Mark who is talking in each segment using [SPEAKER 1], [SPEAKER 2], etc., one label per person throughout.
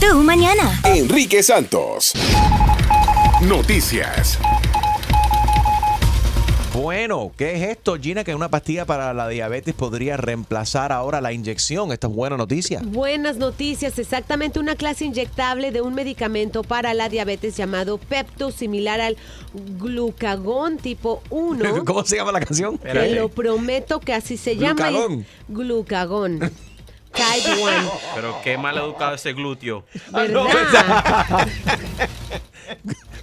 [SPEAKER 1] Tú mañana.
[SPEAKER 2] Enrique Santos. Noticias.
[SPEAKER 3] Bueno, ¿qué es esto, Gina? Que una pastilla para la diabetes podría reemplazar ahora la inyección. Esta es buena noticia.
[SPEAKER 4] Buenas noticias, exactamente una clase inyectable de un medicamento para la diabetes llamado Pepto, similar al glucagón tipo 1.
[SPEAKER 3] ¿Cómo se llama la canción?
[SPEAKER 4] Te lo prometo que así se llama. es
[SPEAKER 3] Glucagón.
[SPEAKER 4] Glucagón. Type 1.
[SPEAKER 5] Pero qué mal educado ese glúteo.
[SPEAKER 3] Ah,
[SPEAKER 5] pues,
[SPEAKER 4] ¿Verdad?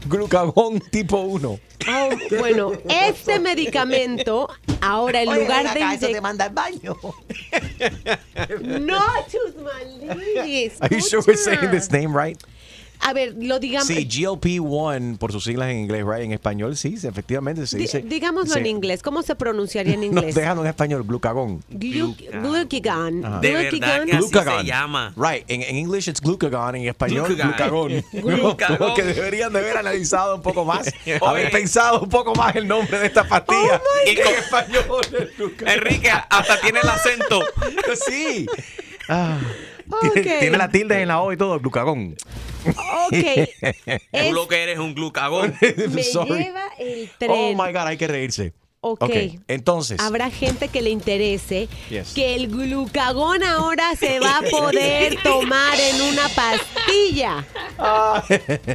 [SPEAKER 3] Glucagón tipo 1.
[SPEAKER 6] Ah,
[SPEAKER 4] Oh, bueno, este medicamento, ahora en lugar de inyectar.
[SPEAKER 7] manda al baño.
[SPEAKER 4] No, chus maldives.
[SPEAKER 3] Are you sure we're
[SPEAKER 4] escucha.
[SPEAKER 3] saying this name right?
[SPEAKER 4] A ver, lo digamos.
[SPEAKER 3] este- Sí, GLP-1 por sus siglas en inglés, right? En español, sí, se- efectivamente se
[SPEAKER 4] di-
[SPEAKER 3] dice.
[SPEAKER 4] digámoslo
[SPEAKER 3] se-
[SPEAKER 4] en inglés. ¿Cómo se pronunciaría en
[SPEAKER 3] No,
[SPEAKER 4] inglés?
[SPEAKER 3] déjalo en español, glucagón.
[SPEAKER 4] Glu- Glucagon.
[SPEAKER 5] De verdad que así se llama.
[SPEAKER 3] Right, en en inglés es glucagon, en español
[SPEAKER 5] Glucagon.
[SPEAKER 3] glucagón.
[SPEAKER 5] Glucagon.
[SPEAKER 3] Como que deberían de haber analizado un poco más, haber
[SPEAKER 5] Oye.
[SPEAKER 3] pensado un poco más el nombre de esta pastilla.
[SPEAKER 4] Oh
[SPEAKER 5] my
[SPEAKER 3] en
[SPEAKER 5] God.
[SPEAKER 3] español es glucagón.
[SPEAKER 5] Enrique, hasta tiene el acento.
[SPEAKER 3] Sí.
[SPEAKER 4] Ah. Ok.
[SPEAKER 3] Tiene, tiene la tilde en la O y todo, glucagón.
[SPEAKER 4] Ok.
[SPEAKER 5] Tú
[SPEAKER 4] Es-
[SPEAKER 5] lo que eres es un glucagón.
[SPEAKER 4] me
[SPEAKER 3] Sorry.
[SPEAKER 4] lleva el
[SPEAKER 3] Oh
[SPEAKER 4] tren.
[SPEAKER 3] my God, hay que reírse.
[SPEAKER 4] Ok.
[SPEAKER 3] Entonces,
[SPEAKER 4] Habrá gente que le interese
[SPEAKER 3] Yes.
[SPEAKER 4] que el glucagón ahora se va a poder tomar en una pastilla.
[SPEAKER 3] Ah.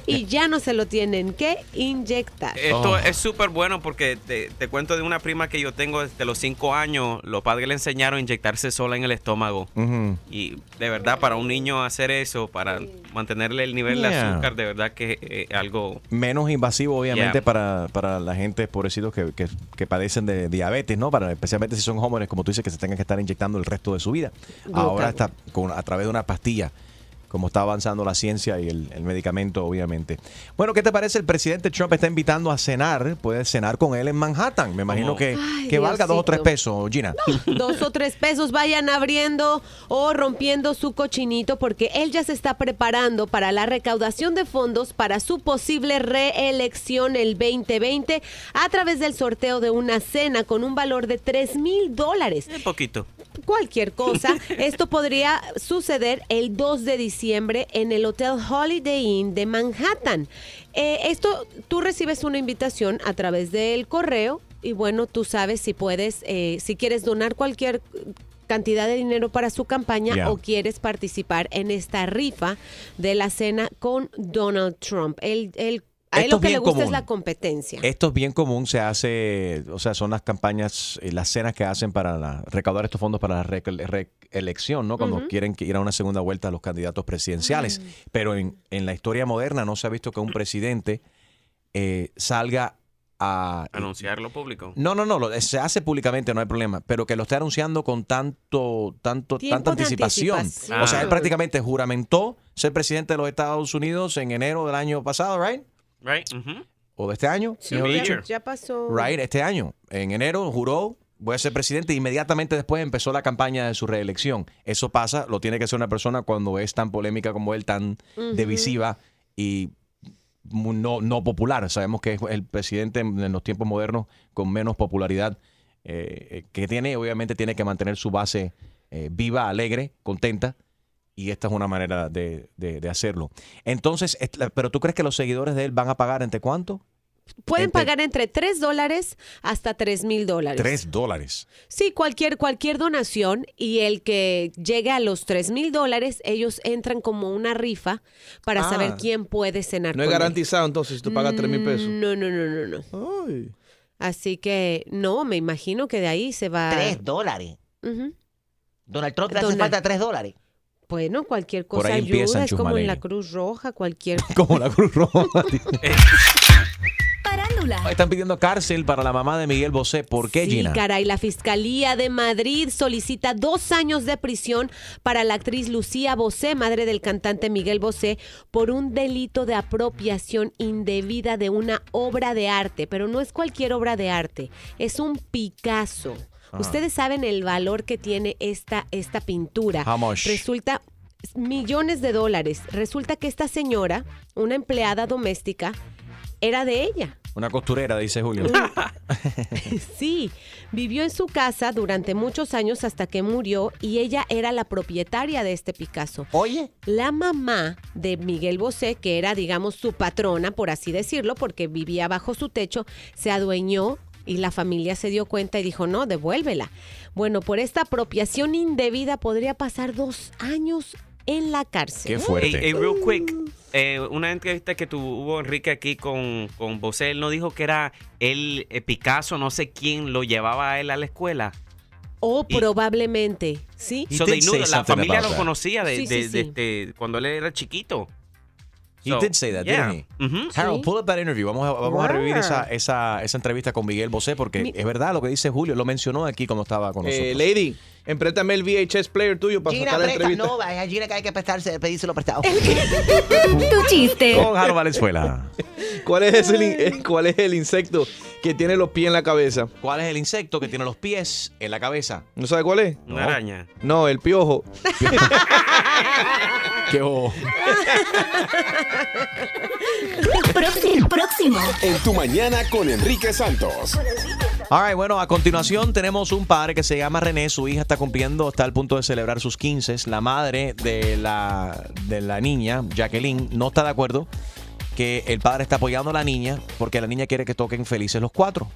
[SPEAKER 4] y ya no se lo tienen que inyectar.
[SPEAKER 5] Esto
[SPEAKER 3] Oh.
[SPEAKER 5] es súper bueno porque te, te cuento de una prima que yo tengo desde los cinco años. Los padres le enseñaron a inyectarse sola en el estómago.
[SPEAKER 3] ujú.
[SPEAKER 5] Y de verdad, para un niño hacer eso, para mantenerle el nivel de
[SPEAKER 3] Yeah.
[SPEAKER 5] azúcar, de verdad que es algo...
[SPEAKER 3] menos invasivo, obviamente,
[SPEAKER 5] Yeah.
[SPEAKER 3] para, para la gente, pobrecitos, que, que, que padecen de diabetes, ¿no? Para, especialmente si son jóvenes, como tú dices, que se tengan que estar inyectando el resto de su vida. Ahora está con, a través de una pastilla, como está avanzando la ciencia y el, el medicamento, obviamente. Bueno, ¿qué te parece? El presidente Trump está invitando a cenar. Puedes cenar con él en Manhattan. Me imagino
[SPEAKER 5] Como-
[SPEAKER 3] que,
[SPEAKER 4] Ay,
[SPEAKER 3] que valga dos o tres
[SPEAKER 4] Diosito.
[SPEAKER 3] pesos, Gina.
[SPEAKER 4] Dos o tres pesos vayan abriendo o rompiendo su cochinito porque él ya se está preparando para la recaudación de fondos para su posible reelección el 2020 a través del sorteo de una cena con un valor de 3 mil dólares.
[SPEAKER 5] Un poquito.
[SPEAKER 4] cualquier cosa. Esto podría suceder el 2 de diciembre en el Hotel Holiday Inn de Manhattan. Eh, esto, tú recibes una invitación a través del correo y bueno, tú sabes si puedes, eh, si quieres donar cualquier cantidad de dinero para su campaña
[SPEAKER 3] Ya.
[SPEAKER 4] o quieres participar en esta rifa de la cena con Donald Trump. Él, él- a él lo
[SPEAKER 3] Esto es
[SPEAKER 4] que le
[SPEAKER 3] bien
[SPEAKER 4] gusta es
[SPEAKER 3] común.
[SPEAKER 4] la competencia.
[SPEAKER 3] Esto es bien común, se hace, o sea, son las campañas, eh, las cenas que hacen para la- recaudar estos fondos para la re- reelección, ¿no? Cuando quieren que ir a una segunda vuelta a los candidatos presidenciales. Pero en, en la historia moderna no se ha visto que un presidente eh, salga a...
[SPEAKER 5] Anunciarlo público.
[SPEAKER 3] No, no, no, lo- eh, se hace públicamente, no hay problema, pero que lo esté anunciando con tanto, tanto,
[SPEAKER 4] Tiempo
[SPEAKER 3] tanta
[SPEAKER 4] de
[SPEAKER 3] anticipación.
[SPEAKER 4] anticipación.
[SPEAKER 3] O sea, él
[SPEAKER 5] Ah.
[SPEAKER 3] prácticamente juramentó ser presidente de los Estados Unidos en enero del año pasado, ¿right?
[SPEAKER 5] Right? ujú.
[SPEAKER 3] O de este año,
[SPEAKER 5] Sí,
[SPEAKER 3] mejor
[SPEAKER 5] ya-
[SPEAKER 3] dicho.
[SPEAKER 4] Ya pasó.
[SPEAKER 3] Right, este año. En enero juró, voy a ser presidente, e inmediatamente después empezó la campaña de su reelección. Eso pasa, lo tiene que hacer una persona cuando es tan polémica como él, tan divisiva y mu- no, no popular. Sabemos que es el presidente en en los tiempos modernos con menos popularidad eh, eh, que tiene. Obviamente tiene que mantener su base eh, viva, alegre, contenta. Y esta es una manera de, de- de hacerlo. Entonces, est- la- ¿pero tú crees que los seguidores de él van a pagar entre cuánto?
[SPEAKER 4] Pueden
[SPEAKER 3] Entre-
[SPEAKER 4] pagar entre 3 dólares hasta 3 mil dólares.
[SPEAKER 3] Tres dólares.
[SPEAKER 4] Sí, cualquier, cualquier donación y el que llegue a los 3 mil dólares, ellos entran como una rifa para
[SPEAKER 8] Ah.
[SPEAKER 4] saber quién puede cenar.
[SPEAKER 8] No es
[SPEAKER 4] con él. Mm,
[SPEAKER 8] garantizado entonces si tú pagas 3 mil pesos. Ah.
[SPEAKER 4] No, no, no, no, no.
[SPEAKER 8] Ay.
[SPEAKER 4] Así que no, me imagino que de ahí se va.
[SPEAKER 7] Tres dólares.
[SPEAKER 4] Ujú.
[SPEAKER 7] Donald Trump le hace
[SPEAKER 4] Donald-
[SPEAKER 7] falta tres dólares.
[SPEAKER 4] Bueno, cualquier
[SPEAKER 3] Por
[SPEAKER 4] cosa
[SPEAKER 3] ahí empiezan,
[SPEAKER 4] ayuda, es como en la
[SPEAKER 3] Chusmaneño.
[SPEAKER 4] Cruz Roja, cualquier.
[SPEAKER 3] Como la Cruz Roja.
[SPEAKER 1] Parándula.
[SPEAKER 3] Están pidiendo cárcel para la mamá de Miguel Bosé. ¿Por qué,
[SPEAKER 4] sí,
[SPEAKER 3] Gina?
[SPEAKER 4] caray, la Fiscalía de Madrid solicita dos años de prisión para la actriz Lucía Bosé, madre del cantante Miguel Bosé, por un delito de apropiación indebida de una obra de arte. Pero no es cualquier obra de arte, es un Picasso.
[SPEAKER 3] Ah.
[SPEAKER 4] Ustedes saben el valor que tiene esta, esta pintura.
[SPEAKER 3] How much?
[SPEAKER 4] Resulta millones de dólares. Resulta que esta señora, una empleada doméstica, era de ella.
[SPEAKER 3] Una costurera, dice Julio.
[SPEAKER 4] Sí, vivió en su casa durante muchos años hasta que murió y ella era la propietaria de este Picasso.
[SPEAKER 7] Oye,
[SPEAKER 4] La mamá de Miguel Bosé, que era, digamos, su patrona, por así decirlo, porque vivía bajo su techo, se adueñó y la familia se dio cuenta y dijo, no, devuélvela. Bueno, por esta apropiación indebida podría pasar dos años en la cárcel.
[SPEAKER 3] Qué
[SPEAKER 5] Hey,
[SPEAKER 3] fuerte.
[SPEAKER 5] hey, real quick, eh, una entrevista que tuvo Enrique aquí con, con Bosé, él no dijo que era él, eh, Picasso, no sé quién, lo llevaba a él a la escuela.
[SPEAKER 4] O
[SPEAKER 5] Y-
[SPEAKER 4] probablemente, ¿sí?
[SPEAKER 3] He
[SPEAKER 5] So, they
[SPEAKER 3] did
[SPEAKER 5] knew-
[SPEAKER 3] say
[SPEAKER 5] la
[SPEAKER 3] something
[SPEAKER 5] familia
[SPEAKER 3] about
[SPEAKER 5] lo
[SPEAKER 3] that.
[SPEAKER 5] conocía de-
[SPEAKER 4] Sí,
[SPEAKER 5] de-
[SPEAKER 4] sí,
[SPEAKER 5] de-
[SPEAKER 4] sí.
[SPEAKER 5] de- cuando él era chiquito.
[SPEAKER 3] He did say that, didn't
[SPEAKER 8] Mm-hmm.
[SPEAKER 5] Ujú.
[SPEAKER 3] Harold,
[SPEAKER 4] Sí.
[SPEAKER 3] pull up that interview. Vamos a, vamos a revivir
[SPEAKER 4] Rar.
[SPEAKER 3] esa, esa, esa entrevista con Miguel Bosé porque
[SPEAKER 4] Mi-
[SPEAKER 3] es verdad lo que dice Julio. Lo mencionó aquí cuando estaba con nosotros.
[SPEAKER 8] Eh, lady, empréstame el VHS player tuyo para
[SPEAKER 7] Gina
[SPEAKER 8] sacar la
[SPEAKER 7] presta.
[SPEAKER 8] entrevista.
[SPEAKER 7] No, vaya, a Gina que hay que prestarse, pedírselo prestado.
[SPEAKER 1] Tu chiste.
[SPEAKER 3] Con Harold Valenzuela.
[SPEAKER 8] ¿Cuál, es ese lin- eh, ¿Cuál es el insecto que tiene los pies en la cabeza?
[SPEAKER 3] ¿Cuál es el insecto que tiene los pies en la cabeza?
[SPEAKER 8] ¿No sabe cuál es?
[SPEAKER 5] Una araña.
[SPEAKER 8] No, el piojo.
[SPEAKER 3] Qué bobo.
[SPEAKER 1] Próximo, próximo.
[SPEAKER 2] En tu mañana con Enrique Santos.
[SPEAKER 3] All right, bueno, a continuación tenemos un padre que se llama René. Su hija está cumpliendo, está al punto de celebrar sus 15. La madre de la, de la niña, Jacqueline, no está de acuerdo que el padre está apoyando a la niña porque la niña quiere que toquen felices los cuatro.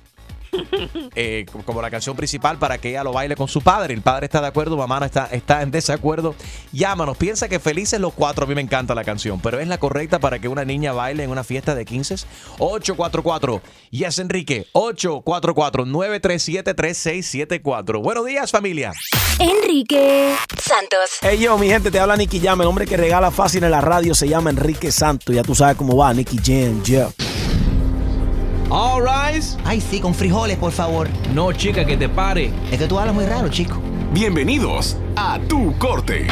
[SPEAKER 3] Eh, como la canción principal para que ella lo baile con su padre. El padre está de acuerdo, mamá no está, está en desacuerdo. Llámanos, piensa que felices los cuatro. A mí me encanta la canción, pero es la correcta para que una niña baile en una fiesta de 15. 844, yes Enrique, 844-937-3674. Buenos días familia.
[SPEAKER 1] Enrique Santos.
[SPEAKER 9] Hey yo, mi gente, te habla Nicky Jam. El hombre que regala fácil en la radio se llama Enrique Santo. Ya tú sabes cómo va, Nicky Jam, yeah.
[SPEAKER 6] All rise.
[SPEAKER 7] Ay, sí, con frijoles, por favor.
[SPEAKER 6] No, chica, que te pare.
[SPEAKER 7] Es que tú hablas muy raro, chico.
[SPEAKER 2] Bienvenidos a Tu Corte.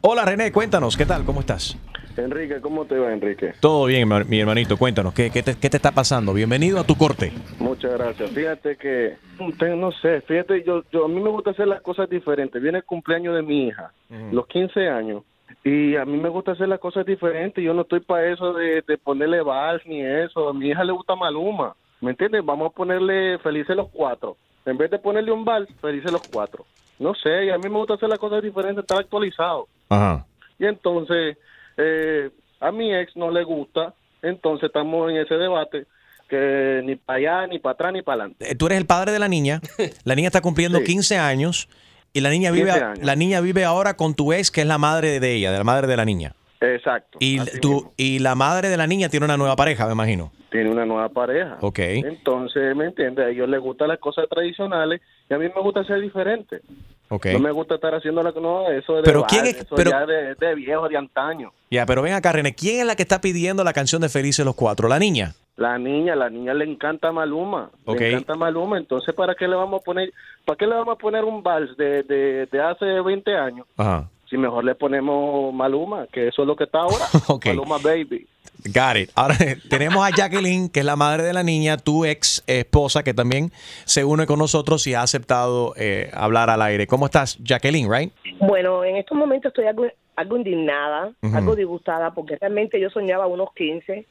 [SPEAKER 3] Hola René, cuéntanos, ¿qué tal? ¿Cómo estás?
[SPEAKER 10] Enrique, ¿cómo te va, Enrique?
[SPEAKER 3] Todo bien, mi- mi hermanito, cuéntanos, ¿qué, qué te, qué te está pasando? Bienvenido a tu corte.
[SPEAKER 10] Muchas gracias. Fíjate que, te- no sé, fíjate, yo, yo a mí me gusta hacer las cosas diferentes. Viene el cumpleaños de mi hija,
[SPEAKER 3] Mm.
[SPEAKER 10] los 15 años, y a mí me gusta hacer las cosas diferentes. Yo no estoy para eso de, de ponerle vals ni eso. A mi hija le gusta Maluma, ¿me entiendes? Vamos a ponerle Felices los Cuatro. En vez de ponerle un vals, Felices los Cuatro. No sé, y a mí me gusta hacer las cosas diferentes, estar actualizado.
[SPEAKER 3] Ajá.
[SPEAKER 10] Y entonces, eh, a mi ex no le gusta, entonces estamos en ese debate que ni para allá, ni para atrás, ni para adelante.
[SPEAKER 3] Eh, tú eres el padre de la niña, la niña está cumpliendo
[SPEAKER 10] Sí.
[SPEAKER 3] 15 años y la niña vive
[SPEAKER 10] 15 años.
[SPEAKER 3] la niña vive ahora con tu ex que es la madre de ella, de la madre de la niña.
[SPEAKER 10] Exacto.
[SPEAKER 3] Y
[SPEAKER 10] así
[SPEAKER 3] tú
[SPEAKER 10] mismo.
[SPEAKER 3] y la madre de la niña tiene una nueva pareja, me imagino.
[SPEAKER 10] Tiene una nueva pareja.
[SPEAKER 3] Ok.
[SPEAKER 10] Entonces, ¿me entiendes? A ellos les gustan las cosas tradicionales y a mí me gusta ser diferente.
[SPEAKER 3] Ok.
[SPEAKER 10] No me gusta estar haciendo la, no, eso de
[SPEAKER 3] Pero
[SPEAKER 10] bar,
[SPEAKER 3] ¿quién es-
[SPEAKER 10] eso
[SPEAKER 3] pero-
[SPEAKER 10] ya de, de viejo, de antaño.
[SPEAKER 3] Ya, pero ven acá, René, ¿quién es la que está pidiendo la canción de Felices los Cuatro? ¿La niña?
[SPEAKER 10] La niña, la niña le encanta Maluma,
[SPEAKER 3] Ok.
[SPEAKER 10] le encanta Maluma, entonces ¿para qué le vamos a poner, para qué le vamos a poner un vals de, de, de hace 20 años?
[SPEAKER 3] Ajá.
[SPEAKER 10] Si mejor le ponemos Maluma, que eso es lo que está ahora.
[SPEAKER 3] Ok.
[SPEAKER 10] Maluma Baby.
[SPEAKER 3] Got it. Ahora tenemos a Jacqueline, que es la madre de la niña, tu ex esposa, que también se une con nosotros y ha aceptado eh, hablar al aire. ¿Cómo estás, Jacqueline, right?
[SPEAKER 11] Bueno, en estos momentos estoy algo, algo indignada,
[SPEAKER 3] Ujú.
[SPEAKER 11] algo disgustada, porque realmente yo soñaba unos 15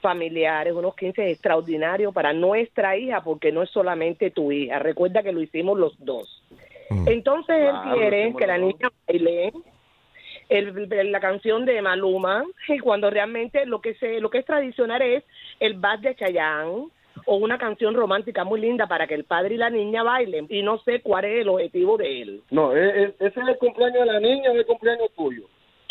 [SPEAKER 11] familiares, unos 15 extraordinarios para nuestra hija, porque no es solamente tu hija. Recuerda que lo hicimos los dos. Entonces
[SPEAKER 10] Claro,
[SPEAKER 11] él
[SPEAKER 10] lo
[SPEAKER 11] quiere
[SPEAKER 10] hicimos
[SPEAKER 11] que la
[SPEAKER 10] los dos.
[SPEAKER 11] niña baile el- la canción de Maluma, y cuando realmente lo que, se, lo que es tradicional es el bass de Chayanne o una canción romántica muy linda para que el padre y la niña bailen. Y no sé cuál es el objetivo de él.
[SPEAKER 10] No, e- e- ese es el cumpleaños de la niña, es el cumpleaños tuyo.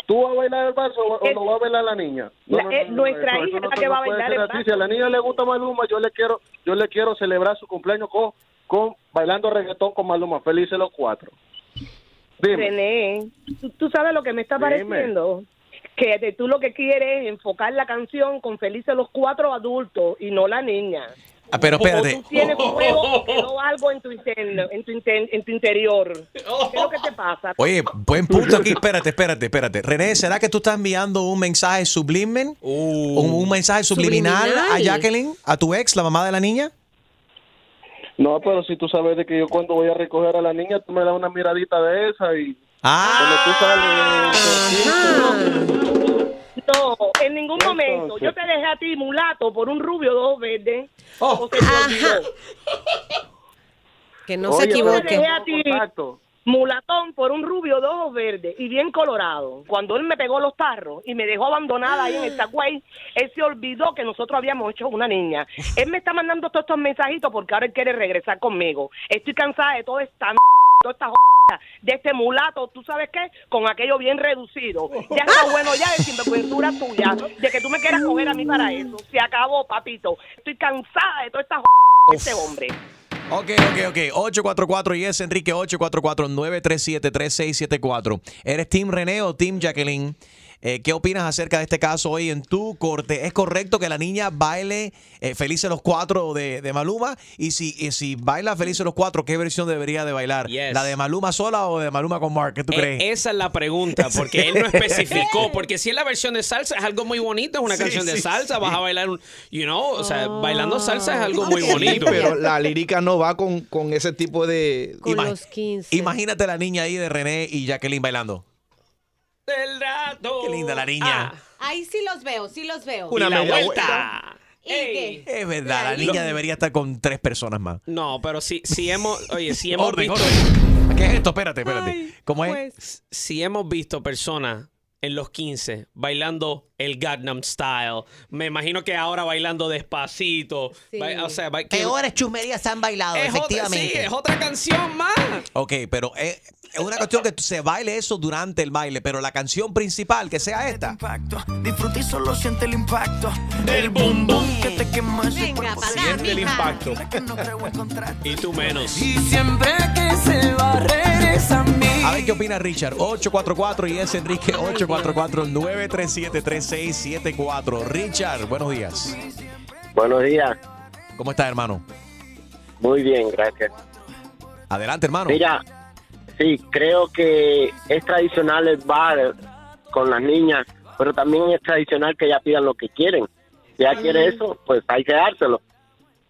[SPEAKER 10] ¿Tú vas a bailar el vals o, o
[SPEAKER 11] Es-
[SPEAKER 10] lo va a bailar la niña?
[SPEAKER 11] La- es nuestra hija la
[SPEAKER 10] se-
[SPEAKER 11] que va a
[SPEAKER 10] puede
[SPEAKER 11] bailar
[SPEAKER 10] ser
[SPEAKER 11] el
[SPEAKER 10] así.
[SPEAKER 11] vals.
[SPEAKER 10] Si a la niña le gusta Maluma, yo le quiero yo le quiero celebrar su cumpleaños con, con bailando reggaetón con Maluma. Felices los cuatro. Dime.
[SPEAKER 11] René, ¿tú, tú sabes lo que me está
[SPEAKER 10] Dime.
[SPEAKER 11] pareciendo? Que de- tú lo que quieres es enfocar la canción con felices los cuatro adultos y no la niña.
[SPEAKER 3] Ah, pero
[SPEAKER 11] O
[SPEAKER 3] espérate.
[SPEAKER 11] tú tienes fuego, quedó algo en tu, interno, en, tu inter- en tu interior. ¿Qué es lo que te pasa?
[SPEAKER 3] Oye, buen punto aquí. Espérate, espérate, espérate. René, ¿será que tú estás enviando un mensaje sublimen? ¿Un, un mensaje subliminal,
[SPEAKER 4] Subliminal.
[SPEAKER 3] a Jacqueline, a tu ex, la mamá de la niña?
[SPEAKER 10] No, pero si tú sabes de que yo cuando voy a recoger a la niña, tú me das una miradita de esa y cuando tú
[SPEAKER 3] Ah,
[SPEAKER 10] sales... te siento.
[SPEAKER 11] No, en ningún momento. yo te dejé a ti mulato por un rubio dos verdes.
[SPEAKER 10] Oh.
[SPEAKER 11] O se te olvidó.
[SPEAKER 4] Que
[SPEAKER 11] Oye, yo te dejé a ti mulatón por un rubio de ojos verdes y bien colorado. Cuando él me pegó los tarros y me dejó abandonada ahí en el Tagüey, él se olvidó que nosotros habíamos hecho una niña. Él me está mandando todos estos mensajitos porque ahora él quiere regresar conmigo. Estoy cansada de toda esta m- toda esta j- de este mulato, tú sabes qué, con aquello bien reducido. Ya está bueno ya de sinvergüenzura tuya, de que tú me quieras coger a mí para eso. Se acabó, papito. Estoy cansada de toda esta j- de este hombre.
[SPEAKER 3] Ok, ok, ok. 844 y es Enrique 844-937-3674. ¿Eres Team René o Team Jacqueline? Eh, ¿Qué opinas acerca de este caso hoy en tu corte? ¿Es correcto que la niña baile eh, Felices los Cuatro de, de Maluma? Y si, y si baila Felices los Cuatro, ¿qué versión debería de bailar?
[SPEAKER 6] Yes.
[SPEAKER 3] ¿La de Maluma sola o de Maluma con Mark? ¿Qué tú
[SPEAKER 6] Eh,
[SPEAKER 3] crees?
[SPEAKER 6] esa es la pregunta, porque él no especificó. Porque si es la versión de salsa, es algo muy bonito. Es una
[SPEAKER 8] Sí,
[SPEAKER 6] canción de
[SPEAKER 8] sí,
[SPEAKER 6] salsa, vas a bailar, un- you know, o sea, bailando salsa es
[SPEAKER 3] Ah,
[SPEAKER 6] algo muy
[SPEAKER 8] Sí,
[SPEAKER 6] bonito.
[SPEAKER 8] pero la lírica no va con, con ese tipo de...
[SPEAKER 3] Ima- Imagínate la niña ahí de René y Jacqueline bailando.
[SPEAKER 6] El rato.
[SPEAKER 3] Qué linda la niña.
[SPEAKER 4] Ahí sí los veo, sí los veo.
[SPEAKER 6] Una
[SPEAKER 3] Ah, Y la
[SPEAKER 6] media
[SPEAKER 3] vuelta.
[SPEAKER 6] vuelta.
[SPEAKER 4] ¿Y qué?
[SPEAKER 3] Es verdad, la
[SPEAKER 6] Lo-
[SPEAKER 3] niña debería estar con tres personas más.
[SPEAKER 6] No, pero si, si hemos, oye, si hemos
[SPEAKER 3] Orden,
[SPEAKER 6] visto, pues,
[SPEAKER 3] orden. ¿Qué es esto? Espérate, espérate. ¿Cómo es?
[SPEAKER 6] si hemos visto personas en los 15 bailando el Gangnam Style, me imagino que ahora bailando despacito, ba- o sea, ba- que-
[SPEAKER 7] Peores chusmerías han bailado,
[SPEAKER 6] Es otra-
[SPEAKER 7] efectivamente.
[SPEAKER 6] sí, es otra canción más.
[SPEAKER 3] Ok, pero es, es una cuestión que se baile eso durante el baile, pero la canción principal que sea esta.
[SPEAKER 12] Disfruta y solo siente el impacto del boom boom que te quema ese
[SPEAKER 6] Venga,
[SPEAKER 12] cuerpo.
[SPEAKER 6] pa' acá, Siente el mija. impacto. y tú menos.
[SPEAKER 12] Y siempre que se va regresa a mí.
[SPEAKER 3] A ver qué opina Richard. 844 y es Enrique 844-937-3674. Richard, buenos días.
[SPEAKER 13] Buenos días.
[SPEAKER 3] ¿Cómo estás, hermano?
[SPEAKER 13] Muy bien, gracias.
[SPEAKER 3] Adelante, hermano.
[SPEAKER 13] Mira, sí, creo que es tradicional el bar con las niñas, pero también es tradicional que ellas pidan lo que quieren. Si ella quiere
[SPEAKER 14] Mm.
[SPEAKER 13] eso, pues hay que dárselo.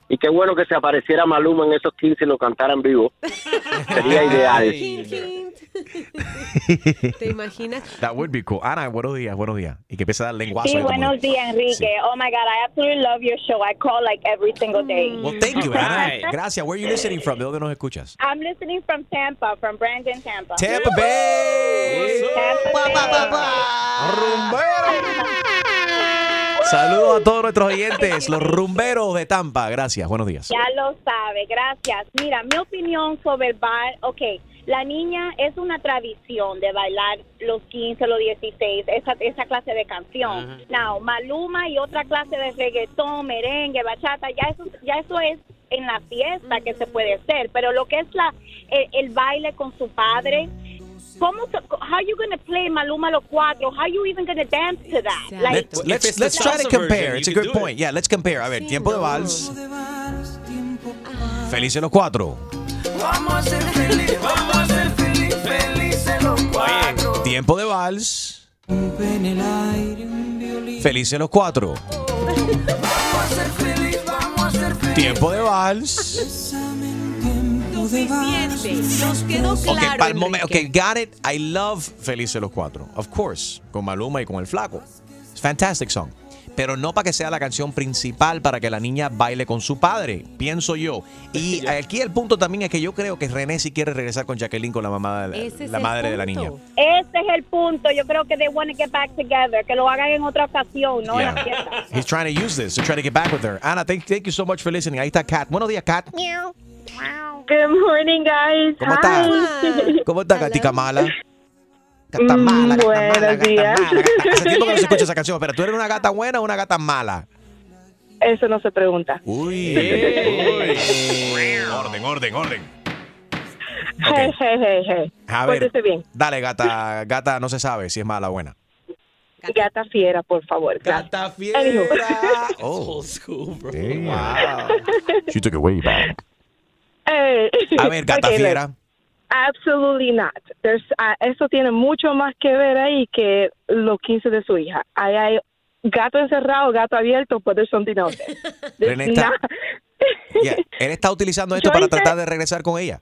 [SPEAKER 13] Y qué bueno que se apareciera Maluma en esos 15 y lo cantaran vivo. Sería ideal.
[SPEAKER 4] ¿Te imaginas?
[SPEAKER 3] That would be cool. Ana, buenos días, buenos días. Y que empieza a dar lenguazo.
[SPEAKER 15] Sí,
[SPEAKER 3] ahí como-
[SPEAKER 15] buenos días, Enrique. Oh my God, I absolutely love your show. I call like every single day.
[SPEAKER 3] Mm. Well, thank you, Ana. Gracias. Where are you listening from? ¿De dónde nos escuchas?
[SPEAKER 15] I'm listening from Tampa, from Brandon, Tampa.
[SPEAKER 3] Tampa Bay.
[SPEAKER 15] Tampa
[SPEAKER 3] Saludos a todos nuestros oyentes, los rumberos de Tampa. Gracias, buenos días.
[SPEAKER 15] Ya lo sabe, gracias. Mira, mi opinión sobre el bar, ok, la niña es una tradición de bailar los 15, los 16, esa, esa clase de canción.
[SPEAKER 16] Ajá.
[SPEAKER 15] Now, Maluma y otra clase de reggaetón, merengue, bachata, ya eso, ya eso es en la fiesta que se puede hacer, pero lo que es la el, el baile con su padre, ¿cómo, se- how you gonna play Maluma los cuatro? How you even gonna dance to that? Like,
[SPEAKER 3] Let's, let's, let's try to compare. It's a good point. Yeah, let's compare. A ver, tiempo de vals.
[SPEAKER 15] Ah.
[SPEAKER 3] Felices los cuatro.
[SPEAKER 12] Vamos a ser feliz, vamos a ser feliz, felices los cuatro.
[SPEAKER 3] Tiempo de vals. Felices los cuatro.
[SPEAKER 12] Vamos a ser feliz, vamos a ser feliz.
[SPEAKER 3] Tiempo de vals.
[SPEAKER 4] Nos quedó
[SPEAKER 3] Ok,
[SPEAKER 4] claro.
[SPEAKER 3] para
[SPEAKER 6] Oh.
[SPEAKER 3] el momento. Ok, got it. I love Felices los Cuatro. Of course. Con Maluma y con el Flaco. It's a fantastic song. Pero no para que sea la canción principal para que la niña baile con su padre, pienso yo. Y aquí el punto también es que yo creo que René sí quiere regresar con Jacqueline, con la mamá, de
[SPEAKER 15] Ese
[SPEAKER 3] la,
[SPEAKER 15] es
[SPEAKER 3] la
[SPEAKER 15] el
[SPEAKER 3] madre de la
[SPEAKER 15] punto.
[SPEAKER 3] niña.
[SPEAKER 15] Ese Este es el punto. Yo creo que they want to get back together, que lo hagan en otra ocasión, no en
[SPEAKER 3] Yeah.
[SPEAKER 15] la fiesta.
[SPEAKER 3] He's trying to use this to try to get back with her. Ana, thank, thank you so much for listening. Ahí está Kat. Buenos días, Kat.
[SPEAKER 15] Good morning, guys.
[SPEAKER 3] ¿Cómo
[SPEAKER 15] Hi.
[SPEAKER 16] Mm.
[SPEAKER 3] estás? ¿Cómo estás, Gatica Mala? Gata
[SPEAKER 15] Mm,
[SPEAKER 3] mala, gata
[SPEAKER 15] buenos
[SPEAKER 3] mala, gata
[SPEAKER 15] días.
[SPEAKER 3] mala. gata- Hace tiempo que no se escucha esa canción, pero tú eres una gata buena o una gata mala.
[SPEAKER 15] Eso no se pregunta.
[SPEAKER 3] Uy. Eh, orden, orden, orden.
[SPEAKER 15] Hey, hey, hey, hey.
[SPEAKER 3] A ver,
[SPEAKER 15] Pórtese bien.
[SPEAKER 3] dale, gata, gata, no se sabe si es mala o buena.
[SPEAKER 15] Gata fiera, por favor. Gata
[SPEAKER 6] fiera.
[SPEAKER 3] Oh.
[SPEAKER 6] Old school, bro.
[SPEAKER 3] Wow. She took it way back.
[SPEAKER 16] Hey.
[SPEAKER 3] A ver, gata
[SPEAKER 16] Okay,
[SPEAKER 3] fiera.
[SPEAKER 16] look, Absolutely not. There's, ah, eso tiene mucho más que ver ahí que los 15 de su hija. Ahí hay gato encerrado, gato abierto, but there's something else.
[SPEAKER 3] René
[SPEAKER 16] Nah.
[SPEAKER 3] está, yeah, él está utilizando esto
[SPEAKER 16] Yo
[SPEAKER 3] para
[SPEAKER 16] hice-
[SPEAKER 3] tratar de regresar con ella.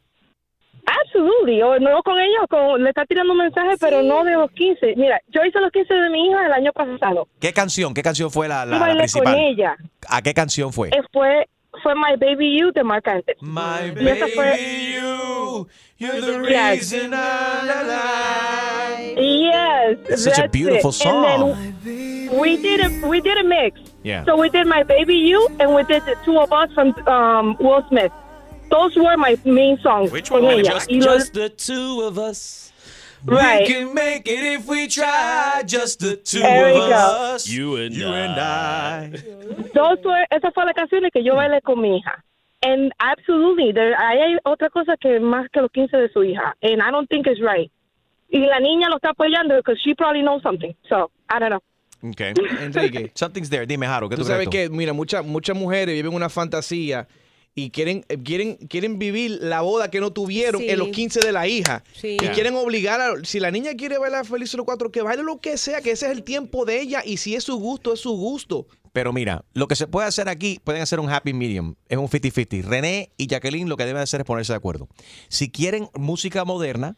[SPEAKER 16] Absolutely, o no con ellos, con, le está tirando un mensaje, pero no de los 15. Mira, yo hice los 15 de mi hija el año pasado.
[SPEAKER 3] ¿Qué canción? ¿Qué canción fue la, la-
[SPEAKER 16] Yo
[SPEAKER 3] la
[SPEAKER 16] bailé con
[SPEAKER 3] principal?
[SPEAKER 16] ella.
[SPEAKER 3] ¿A qué canción fue?
[SPEAKER 16] Eh, Fue, fue My Baby You de Marc Anthony.
[SPEAKER 3] My
[SPEAKER 16] Y esa fue,
[SPEAKER 3] you, you're
[SPEAKER 12] the
[SPEAKER 16] Yes.
[SPEAKER 12] reason I'm alive.
[SPEAKER 16] yes,
[SPEAKER 12] It's such a
[SPEAKER 16] that's
[SPEAKER 12] beautiful
[SPEAKER 16] it. And then
[SPEAKER 12] song.
[SPEAKER 16] we did a we did a mix.
[SPEAKER 12] Yeah.
[SPEAKER 16] So we did My Baby You, and we did the two of us from um, Will Smith. Those were my main songs. Which
[SPEAKER 6] Bueno,
[SPEAKER 16] Ella.
[SPEAKER 6] just,
[SPEAKER 16] Oh, Y lo-
[SPEAKER 6] just the two of us.
[SPEAKER 16] Right.
[SPEAKER 6] We can make it if we try. Just the two
[SPEAKER 16] There
[SPEAKER 6] of
[SPEAKER 16] we go.
[SPEAKER 6] us. You and I.
[SPEAKER 16] Dos fue, esa fue la canción que yo bailé con mi hija. And absolutely, there, ahí hay otra cosa que más que los 15 de su hija. And I don't think it's right. Y la niña lo está apoyando because she probably knows something. So, I don't know.
[SPEAKER 3] Okay. Enrique. Something's there. Dime, Jaro, ¿qué
[SPEAKER 8] Tú
[SPEAKER 3] tú,
[SPEAKER 8] sabes
[SPEAKER 3] crees
[SPEAKER 8] que, mira, muchas muchas mujeres viven una fantasía y quieren, eh, quieren, quieren vivir la boda que no tuvieron
[SPEAKER 3] Sí.
[SPEAKER 8] en los 15 de la hija.
[SPEAKER 3] Sí.
[SPEAKER 8] Y
[SPEAKER 3] Yeah.
[SPEAKER 8] quieren obligar a, si la niña quiere bailar Feliz los Cuatro, que baile lo que sea, que ese es el tiempo de ella y si es su gusto, es su gusto.
[SPEAKER 3] Pero mira, lo que se puede hacer aquí, pueden hacer un happy medium, es un 50-50. René y Jacqueline lo que deben hacer es ponerse de acuerdo. Si quieren música moderna,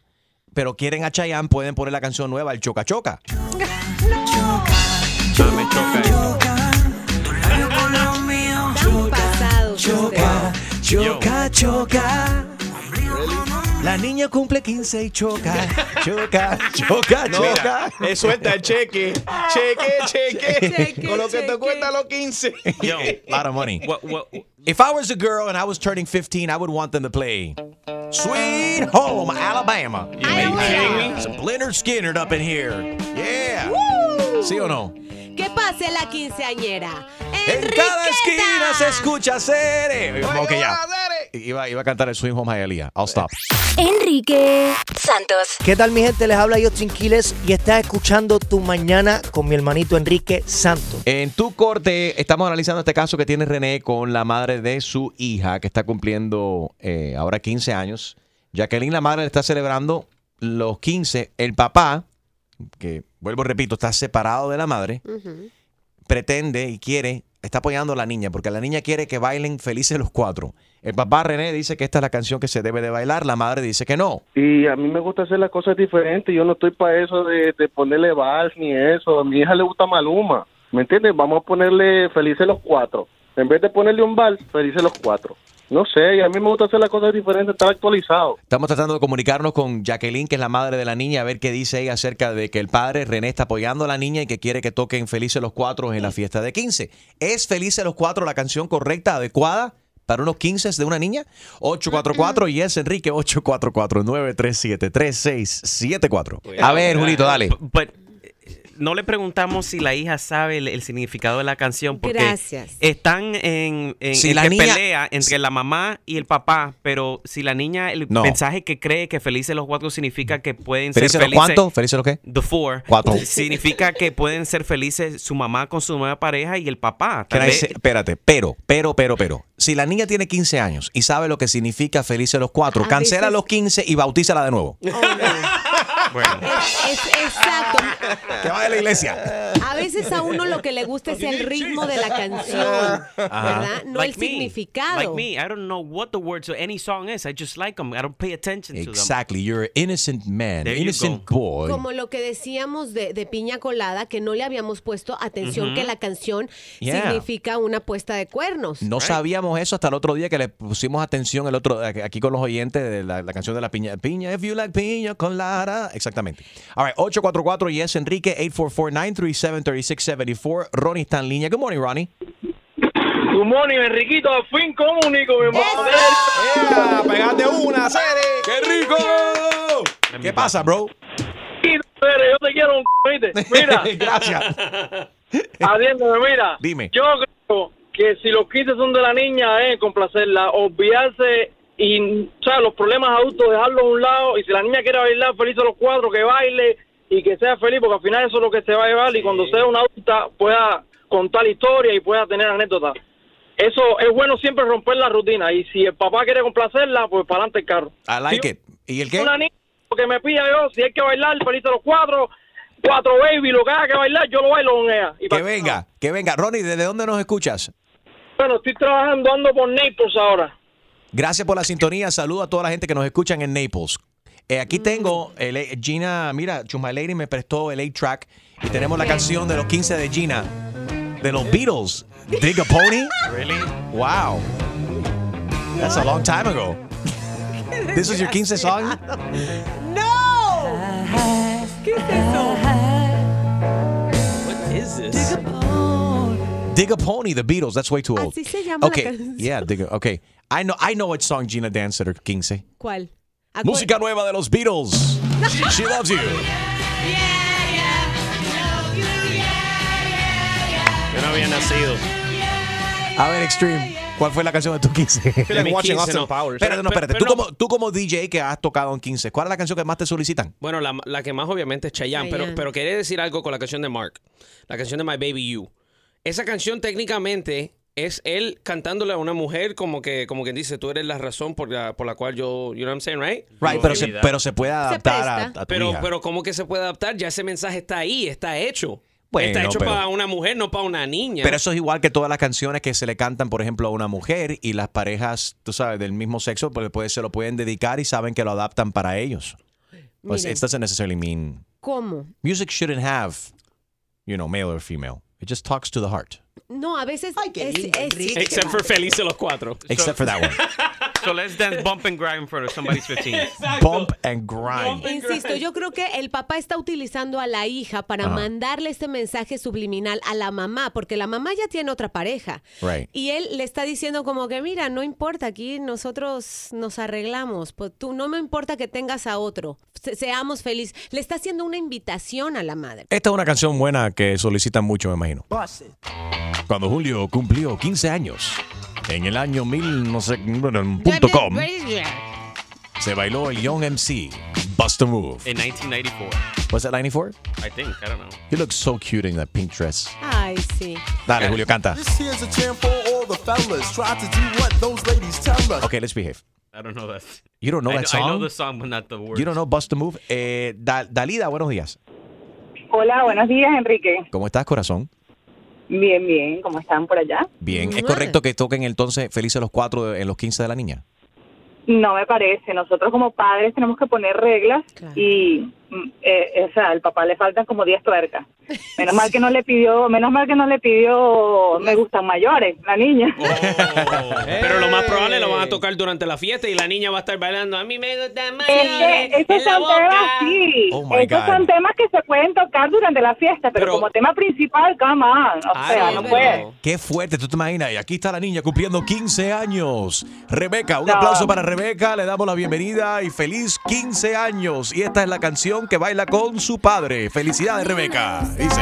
[SPEAKER 3] pero quieren a Chayanne, pueden poner la canción nueva, el Choca Choca.
[SPEAKER 12] me choca
[SPEAKER 4] Pasado.
[SPEAKER 12] Choca,
[SPEAKER 3] choca, choca. La niña cumple 15 y choca, choca, choca,
[SPEAKER 8] No,
[SPEAKER 3] choca.
[SPEAKER 8] eh, suelta el cheque, cheque, cheque, con lo que te cuesta los 15.
[SPEAKER 3] Yo, lot of money. If I was a girl and I was turning 15, I would want them to play Sweet Home Alabama. You
[SPEAKER 4] Alabama.
[SPEAKER 3] Some Leonard Skinner up in here. Yeah. ¿Sí o no?
[SPEAKER 4] Que pase la quinceañera.
[SPEAKER 3] En cada esquina se escucha Cere. Ok, ya. Iba, iba a cantar el Sweet Home Hialeah. I'll stop.
[SPEAKER 1] Enrique Santos.
[SPEAKER 17] ¿Qué tal mi gente? Les habla Justin Quiles y estás escuchando Tu Mañana con mi hermanito Enrique Santos.
[SPEAKER 3] En tu corte estamos analizando este caso que tiene René con la madre de su hija que está cumpliendo eh, ahora 15 años. Jacqueline, la madre, le está celebrando los 15. El papá, que vuelvo y repito, está separado de la madre, pretende y quiere, está apoyando a la niña, porque la niña quiere que bailen felices los cuatro. El papá René dice que esta es la canción que se debe de bailar, la madre dice que no.
[SPEAKER 10] Y a mí me gusta hacer las cosas diferentes. Yo no estoy para eso de, de ponerle vals ni eso. A mi hija le gusta Maluma. ¿Me entiendes? Vamos a ponerle felices los cuatro. En vez de ponerle un vals, felices los cuatro. No sé, y a mí me gusta hacer las cosas diferentes, estar actualizado.
[SPEAKER 3] Estamos tratando de comunicarnos con Jacqueline, que es la madre de la niña, a ver qué dice ella acerca de que el padre René está apoyando a la niña y que quiere que toquen Felices los Cuatro en la fiesta de 15. ¿Es Felices los Cuatro la canción correcta, adecuada para unos 15 de una niña? 844 y es Enrique 844-937-3674. Pues, A ver, Julito, dale.
[SPEAKER 5] But, eh, no le preguntamos si la hija sabe el, el significado de la canción porque
[SPEAKER 4] Gracias.
[SPEAKER 5] están en, en-
[SPEAKER 3] Si
[SPEAKER 5] en
[SPEAKER 3] la
[SPEAKER 5] que
[SPEAKER 3] niña-
[SPEAKER 5] pelea entre la mamá y el papá, pero si la niña el
[SPEAKER 3] No.
[SPEAKER 5] mensaje que cree que felices los cuatro significa que pueden
[SPEAKER 3] ¿Felices
[SPEAKER 5] ser
[SPEAKER 3] los
[SPEAKER 5] felices
[SPEAKER 3] cuántos? ¿Felices los qué?
[SPEAKER 5] The four.
[SPEAKER 3] Cuatro.
[SPEAKER 5] Significa que pueden ser felices su mamá con su nueva pareja y el papá. Tal
[SPEAKER 3] Can I
[SPEAKER 5] vez-
[SPEAKER 3] say- espérate, pero, pero, pero, pero. Si la niña tiene 15 años y sabe lo que significa Felices los Cuatro,
[SPEAKER 4] A
[SPEAKER 3] cancela
[SPEAKER 4] veces-
[SPEAKER 3] los 15 y bautízala de nuevo.
[SPEAKER 4] Es- es- exacto.
[SPEAKER 3] Que vaya a la iglesia.
[SPEAKER 4] A veces a uno lo que le gusta es el ritmo de la canción, ¿verdad? No el
[SPEAKER 5] me. Like
[SPEAKER 4] significado.
[SPEAKER 5] me, I don't know what the words of any song is. I just like them. I don't pay attention to them.
[SPEAKER 3] Exactly, you're an innocent man,
[SPEAKER 5] There you
[SPEAKER 3] innocent boy.
[SPEAKER 4] Como lo que decíamos de, de piña colada, que no le habíamos puesto atención
[SPEAKER 3] Ujú.
[SPEAKER 4] que la canción
[SPEAKER 3] Yeah.
[SPEAKER 4] significa una puesta de cuernos.
[SPEAKER 3] No sabíamos eso hasta el otro día que le pusimos atención el otro aquí con los oyentes de la, la canción de la piña. Piña, if you like piña con Lara. Exactamente. All right, 844 yes Enrique 844-937-3674. Ronnie está en línea. Good morning, Ronnie.
[SPEAKER 14] Good morning, Enriquito. Fin comunico, mi hermano.
[SPEAKER 8] ¡Pegate una, Cere! ¡Qué rico!
[SPEAKER 3] ¿Qué pasa, bro?
[SPEAKER 14] Cere, yo te quiero un c- ¿oíste? Mira.
[SPEAKER 3] Gracias.
[SPEAKER 14] Atiéndeme, mira.
[SPEAKER 3] Dime.
[SPEAKER 14] Yo creo que si los 15 son de la niña, es complacerla, olvidarse y, o sea, los problemas adultos, dejarlos a un lado. Y si la niña quiere bailar feliz a los cuatro, que baile y que sea feliz, porque al final eso es lo que se va a llevar. Y cuando sea una adulta, pueda contar historias y pueda tener anécdotas. Eso es bueno siempre romper la rutina. Y si el papá quiere complacerla, pues para adelante el carro.
[SPEAKER 3] I like it. ¿Y el qué?
[SPEAKER 14] Una niña que me pida yo, si hay que bailar feliz a los cuatro, cuatro baby, lo que haga que bailar, yo lo bailo con ella. Y
[SPEAKER 3] Que venga, que venga. Ronnie, ¿desde dónde nos escuchas?
[SPEAKER 14] bueno, estoy trabajando, ando por Naples ahora.
[SPEAKER 3] Gracias por la sintonía. Saludo a toda la gente que nos escuchan en Naples. Eh,
[SPEAKER 14] Mm.
[SPEAKER 3] aquí tengo, el, eh, Gina, mira, Chuma Lady me prestó el 8-track y tenemos la canción de los 15 de Gina, de los Beatles, Dig a Pony.
[SPEAKER 5] Really?
[SPEAKER 3] Wow. That's a long time ago. This is your 15 song?
[SPEAKER 12] No! ¿Qué es eso?
[SPEAKER 6] What is this?
[SPEAKER 3] Dig a Pony, the Beatles. That's way too old.
[SPEAKER 4] Así se llama la
[SPEAKER 3] Okay,
[SPEAKER 4] canción.
[SPEAKER 3] yeah, dig a, okay. I know, I know which song Gina danced at her 15.
[SPEAKER 4] ¿Cuál? Acu-
[SPEAKER 3] Música nueva de los Beatles. She loves you.
[SPEAKER 6] Yo no había nacido.
[SPEAKER 3] A ver, Extreme, ¿cuál fue la canción de tu 15?
[SPEAKER 6] De mi 15, no.
[SPEAKER 3] Espérate, no,
[SPEAKER 6] Pero-
[SPEAKER 3] espérate.
[SPEAKER 6] pero
[SPEAKER 3] tú, como, tú como DJ que has tocado en 15, ¿cuál es la canción que más te solicitan?
[SPEAKER 6] Bueno, la, la que más obviamente es Chayanne, pero,
[SPEAKER 3] Chayanne.
[SPEAKER 6] pero quería decir algo con la canción de Mark, la canción de My Baby You. Esa canción técnicamente es él cantándole a una mujer como que como quien dice, tú eres la razón por la, por la cual yo, you know what I'm saying, right?
[SPEAKER 3] Right, pero se, pero se puede adaptar a- a, tu
[SPEAKER 6] pero,
[SPEAKER 3] hija.
[SPEAKER 6] pero ¿cómo que se puede adaptar? Ya ese mensaje está ahí, está hecho.
[SPEAKER 3] Bueno,
[SPEAKER 6] está hecho
[SPEAKER 3] pero-
[SPEAKER 6] para una mujer, no para una niña.
[SPEAKER 3] Pero eso es igual que todas las canciones que se le cantan, por ejemplo, a una mujer y las parejas, tú sabes, del mismo sexo, pues, pues, se lo pueden dedicar y saben que lo adaptan para ellos. Pues
[SPEAKER 4] Miren.
[SPEAKER 3] it doesn't necessarily mean
[SPEAKER 4] ¿Cómo?
[SPEAKER 3] music shouldn't have, you know, male or female. It just talks to the heart.
[SPEAKER 4] No, a veces. es- es-
[SPEAKER 6] Except for Feliz de los Cuatro.
[SPEAKER 3] Except for that one.
[SPEAKER 5] So let's dance bump and grind for somebody's 15.
[SPEAKER 3] Bump and grind.
[SPEAKER 4] Insisto, yo creo que el papá está utilizando a la hija para
[SPEAKER 3] Ajá.
[SPEAKER 4] mandarle este mensaje subliminal a la mamá, porque la mamá ya tiene otra pareja.
[SPEAKER 3] Right.
[SPEAKER 4] Y él le está diciendo como que, mira, no importa, aquí nosotros nos arreglamos, pues tú no me importa que tengas a otro, se- seamos felices. Le está haciendo una invitación a la madre.
[SPEAKER 3] Esta es una canción buena que solicitan mucho, me imagino. Cuando Julio cumplió 15 años, en el año 1000 no sé, punto com, se bailó el Young MC, Bust a Move.
[SPEAKER 5] In 1994,
[SPEAKER 3] Was that 94?
[SPEAKER 5] I think. I don't know.
[SPEAKER 3] He looks so cute in that pink dress.
[SPEAKER 4] Ay, sí.
[SPEAKER 3] Dale, Eh, Julio, canta.
[SPEAKER 12] This here's a jam for all the fellas. Try to do what those ladies tell us.
[SPEAKER 3] Okay, let's behave.
[SPEAKER 5] I don't know that.
[SPEAKER 3] You don't know
[SPEAKER 5] I,
[SPEAKER 3] that
[SPEAKER 5] I know
[SPEAKER 3] song?
[SPEAKER 5] the song, but not the words.
[SPEAKER 3] You don't know Bust a Move. Eh, Da- Dalida, buenos días.
[SPEAKER 18] Hola, buenos días, Enrique.
[SPEAKER 3] ¿Cómo estás, corazón?
[SPEAKER 18] Bien, bien, ¿cómo están por allá?
[SPEAKER 3] Bien. ¿Es
[SPEAKER 18] Mua.
[SPEAKER 3] correcto que toquen entonces Felices los Cuatro de- en los 15 de la niña?
[SPEAKER 18] No me parece. Nosotros como padres tenemos que poner reglas y, mm, eh, o sea, al papá le faltan como 10 tuercas. Menos mal que no le pidió, menos mal que no le pidió me gustan mayores, la niña.
[SPEAKER 6] Oh. Pero lo más probable lo van a tocar durante la fiesta y la niña va a estar bailando. A mí me gusta más.
[SPEAKER 18] Ese- esos
[SPEAKER 6] en la
[SPEAKER 18] son
[SPEAKER 6] boca.
[SPEAKER 18] temas, sí.
[SPEAKER 6] Oh, my
[SPEAKER 18] esos
[SPEAKER 6] God.
[SPEAKER 18] son temas que se pueden tocar durante la fiesta, pero, como tema principal, come on. O
[SPEAKER 6] Ah,
[SPEAKER 3] Ah,
[SPEAKER 18] sea, no puede.
[SPEAKER 3] Qué fuerte, tú te imaginas. Y aquí está la niña cumpliendo 15 años. Rebeca, un aplauso para Rebeca. Le damos la bienvenida y feliz 15 años. Y esta es la canción que baila con su padre. Felicidades, Rebeca. Dice.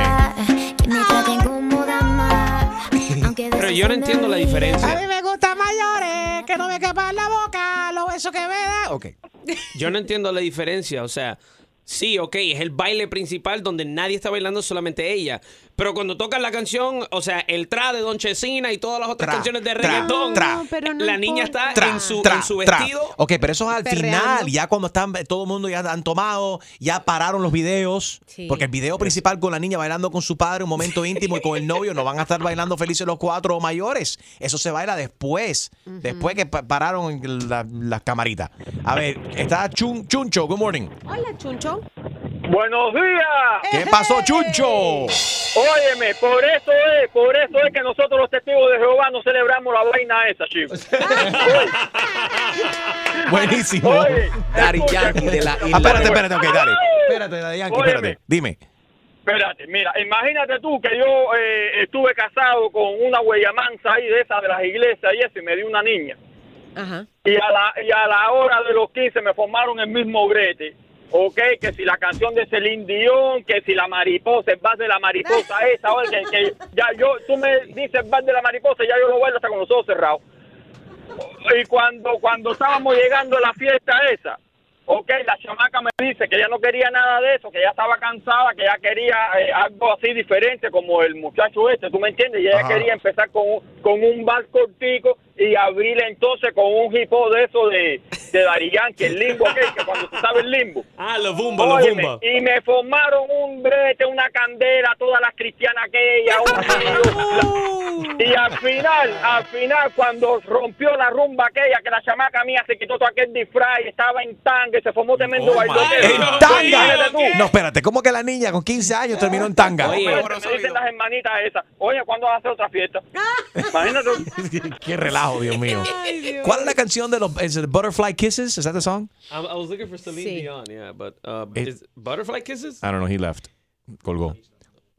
[SPEAKER 1] Que me traten como dama. Aunque
[SPEAKER 6] Pero yo no entiendo la diferencia.
[SPEAKER 7] mí me gustan mayores, que no me quepan la boca, los besos que me da.
[SPEAKER 3] Ah, Ok.
[SPEAKER 6] Yo no entiendo la diferencia, o sea, sí, ok, es el baile principal donde nadie está bailando, solamente ella. Pero cuando tocan la canción, o sea, el tra de Don Chesina y todas las otras canciones de reggaetón, la niña está en su,
[SPEAKER 3] Tra,
[SPEAKER 6] en su
[SPEAKER 3] tra.
[SPEAKER 6] vestido.
[SPEAKER 3] Ok, pero eso es al
[SPEAKER 6] Perreando.
[SPEAKER 3] final, ya cuando están todo el mundo ya han tomado, ya pararon los videos,
[SPEAKER 6] Sí.
[SPEAKER 3] porque el video principal con la niña bailando con su padre, un momento íntimo y con el novio, no van a estar bailando felices los cuatro mayores. Eso se baila después, después que pa- pararon la- las camaritas. A ver, está Chun- Chuncho, good morning.
[SPEAKER 4] Hola, Chuncho.
[SPEAKER 14] Buenos días.
[SPEAKER 3] ¿Qué pasó, Chuncho?
[SPEAKER 14] Óyeme, por eso es, por eso es que nosotros los testigos de Jehová no celebramos la vaina esa, chicos.
[SPEAKER 3] Buenísimo.
[SPEAKER 14] Oye,
[SPEAKER 3] Daddy
[SPEAKER 14] escucha,
[SPEAKER 3] Yankee de la
[SPEAKER 14] escucha.
[SPEAKER 3] isla. Ah, espérate, espérate, ok, dale. Espérate, Daddy Yankee,
[SPEAKER 14] Óyeme,
[SPEAKER 3] espérate. Dime.
[SPEAKER 14] Espérate, mira, imagínate tú que yo eh, estuve casado con una mansa ahí de esas de las iglesias y eso, y me dio una niña.
[SPEAKER 4] Ajá.
[SPEAKER 14] Y a, la, y a la hora de los 15 me formaron el mismo grete. Ok, que si la canción de Celine Dion, que si la mariposa, el bar de la mariposa esa, oye, que, que ya yo, tú me dices el bar de la mariposa, ya yo lo bailo hasta con los ojos cerrados. Y cuando, cuando estábamos llegando a la fiesta esa, ok, la chamaca me dice que ya no quería nada de eso, que ya estaba cansada, que ya quería eh, algo así diferente como el muchacho este, ¿tú me entiendes? Y ella
[SPEAKER 19] Ajá.
[SPEAKER 14] quería empezar con un, con un bar cortico y abrir entonces con un hip hop de eso de, de Daddy Yankee, el limbo, ok, que cuando se sabe el limbo.
[SPEAKER 6] Ah, los bumba, los
[SPEAKER 14] Óyeme,
[SPEAKER 6] bumba.
[SPEAKER 14] y me formaron un brete, una candela, todas las cristianas aquellas, un Y al final, al final, cuando rompió la rumba aquella, que la chamaca mía se quitó todo aquel disfraz y estaba en tanga y se formó
[SPEAKER 6] Oh,
[SPEAKER 14] tremendo bailoteo.
[SPEAKER 3] Oh ¡En
[SPEAKER 14] Imagínate
[SPEAKER 3] tanga!
[SPEAKER 14] tú.
[SPEAKER 3] No, espérate, ¿cómo que la niña con 15 años terminó en tanga?
[SPEAKER 14] Oye, me dicen las hermanitas esas, oye, ¿cuándo vas a hacer otra fiesta? Imagínate.
[SPEAKER 3] Qué relajo, Dios mío. ¿Cuál es la canción de los is it Butterfly Kisses? Is that the song?
[SPEAKER 6] I'm- I was looking for Celine
[SPEAKER 12] Sí.
[SPEAKER 6] Dion, yeah, but uh,
[SPEAKER 3] It-
[SPEAKER 6] is Butterfly Kisses?
[SPEAKER 3] I don't know, he left. Colgó.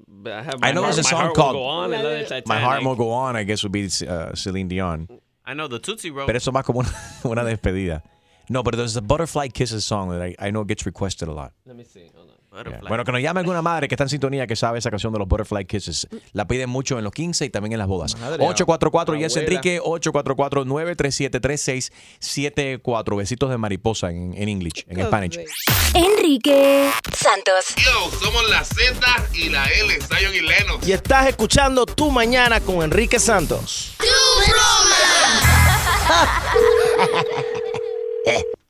[SPEAKER 6] But I, have
[SPEAKER 3] I know
[SPEAKER 6] heart,
[SPEAKER 3] there's a
[SPEAKER 6] Ah, my
[SPEAKER 3] song
[SPEAKER 6] heart
[SPEAKER 3] called
[SPEAKER 6] Will go on, and then Titanic.
[SPEAKER 3] My Heart Will Go On, I guess would be uh, Celine Dion.
[SPEAKER 5] I know the Tootsie Roll.
[SPEAKER 3] Pero eso más como una, una despedida. No, but there's a Butterfly Kisses song that I, I know gets requested a lot.
[SPEAKER 6] Let me see. Hold on.
[SPEAKER 3] Yeah. Bueno, que nos llame alguna madre que está en sintonía que sabe esa canción de los Butterfly Kisses. La piden mucho en los 15 y también en las bodas.
[SPEAKER 5] Madre,
[SPEAKER 3] 844 Yes
[SPEAKER 5] abuela.
[SPEAKER 3] Enrique, 844-937-3674. Besitos de mariposa en, en English, en Spanish.
[SPEAKER 19] Enrique Santos.
[SPEAKER 20] Yo, somos la Z y la L, Zion y Leno.
[SPEAKER 17] Y estás escuchando Tu Mañana con Enrique Santos.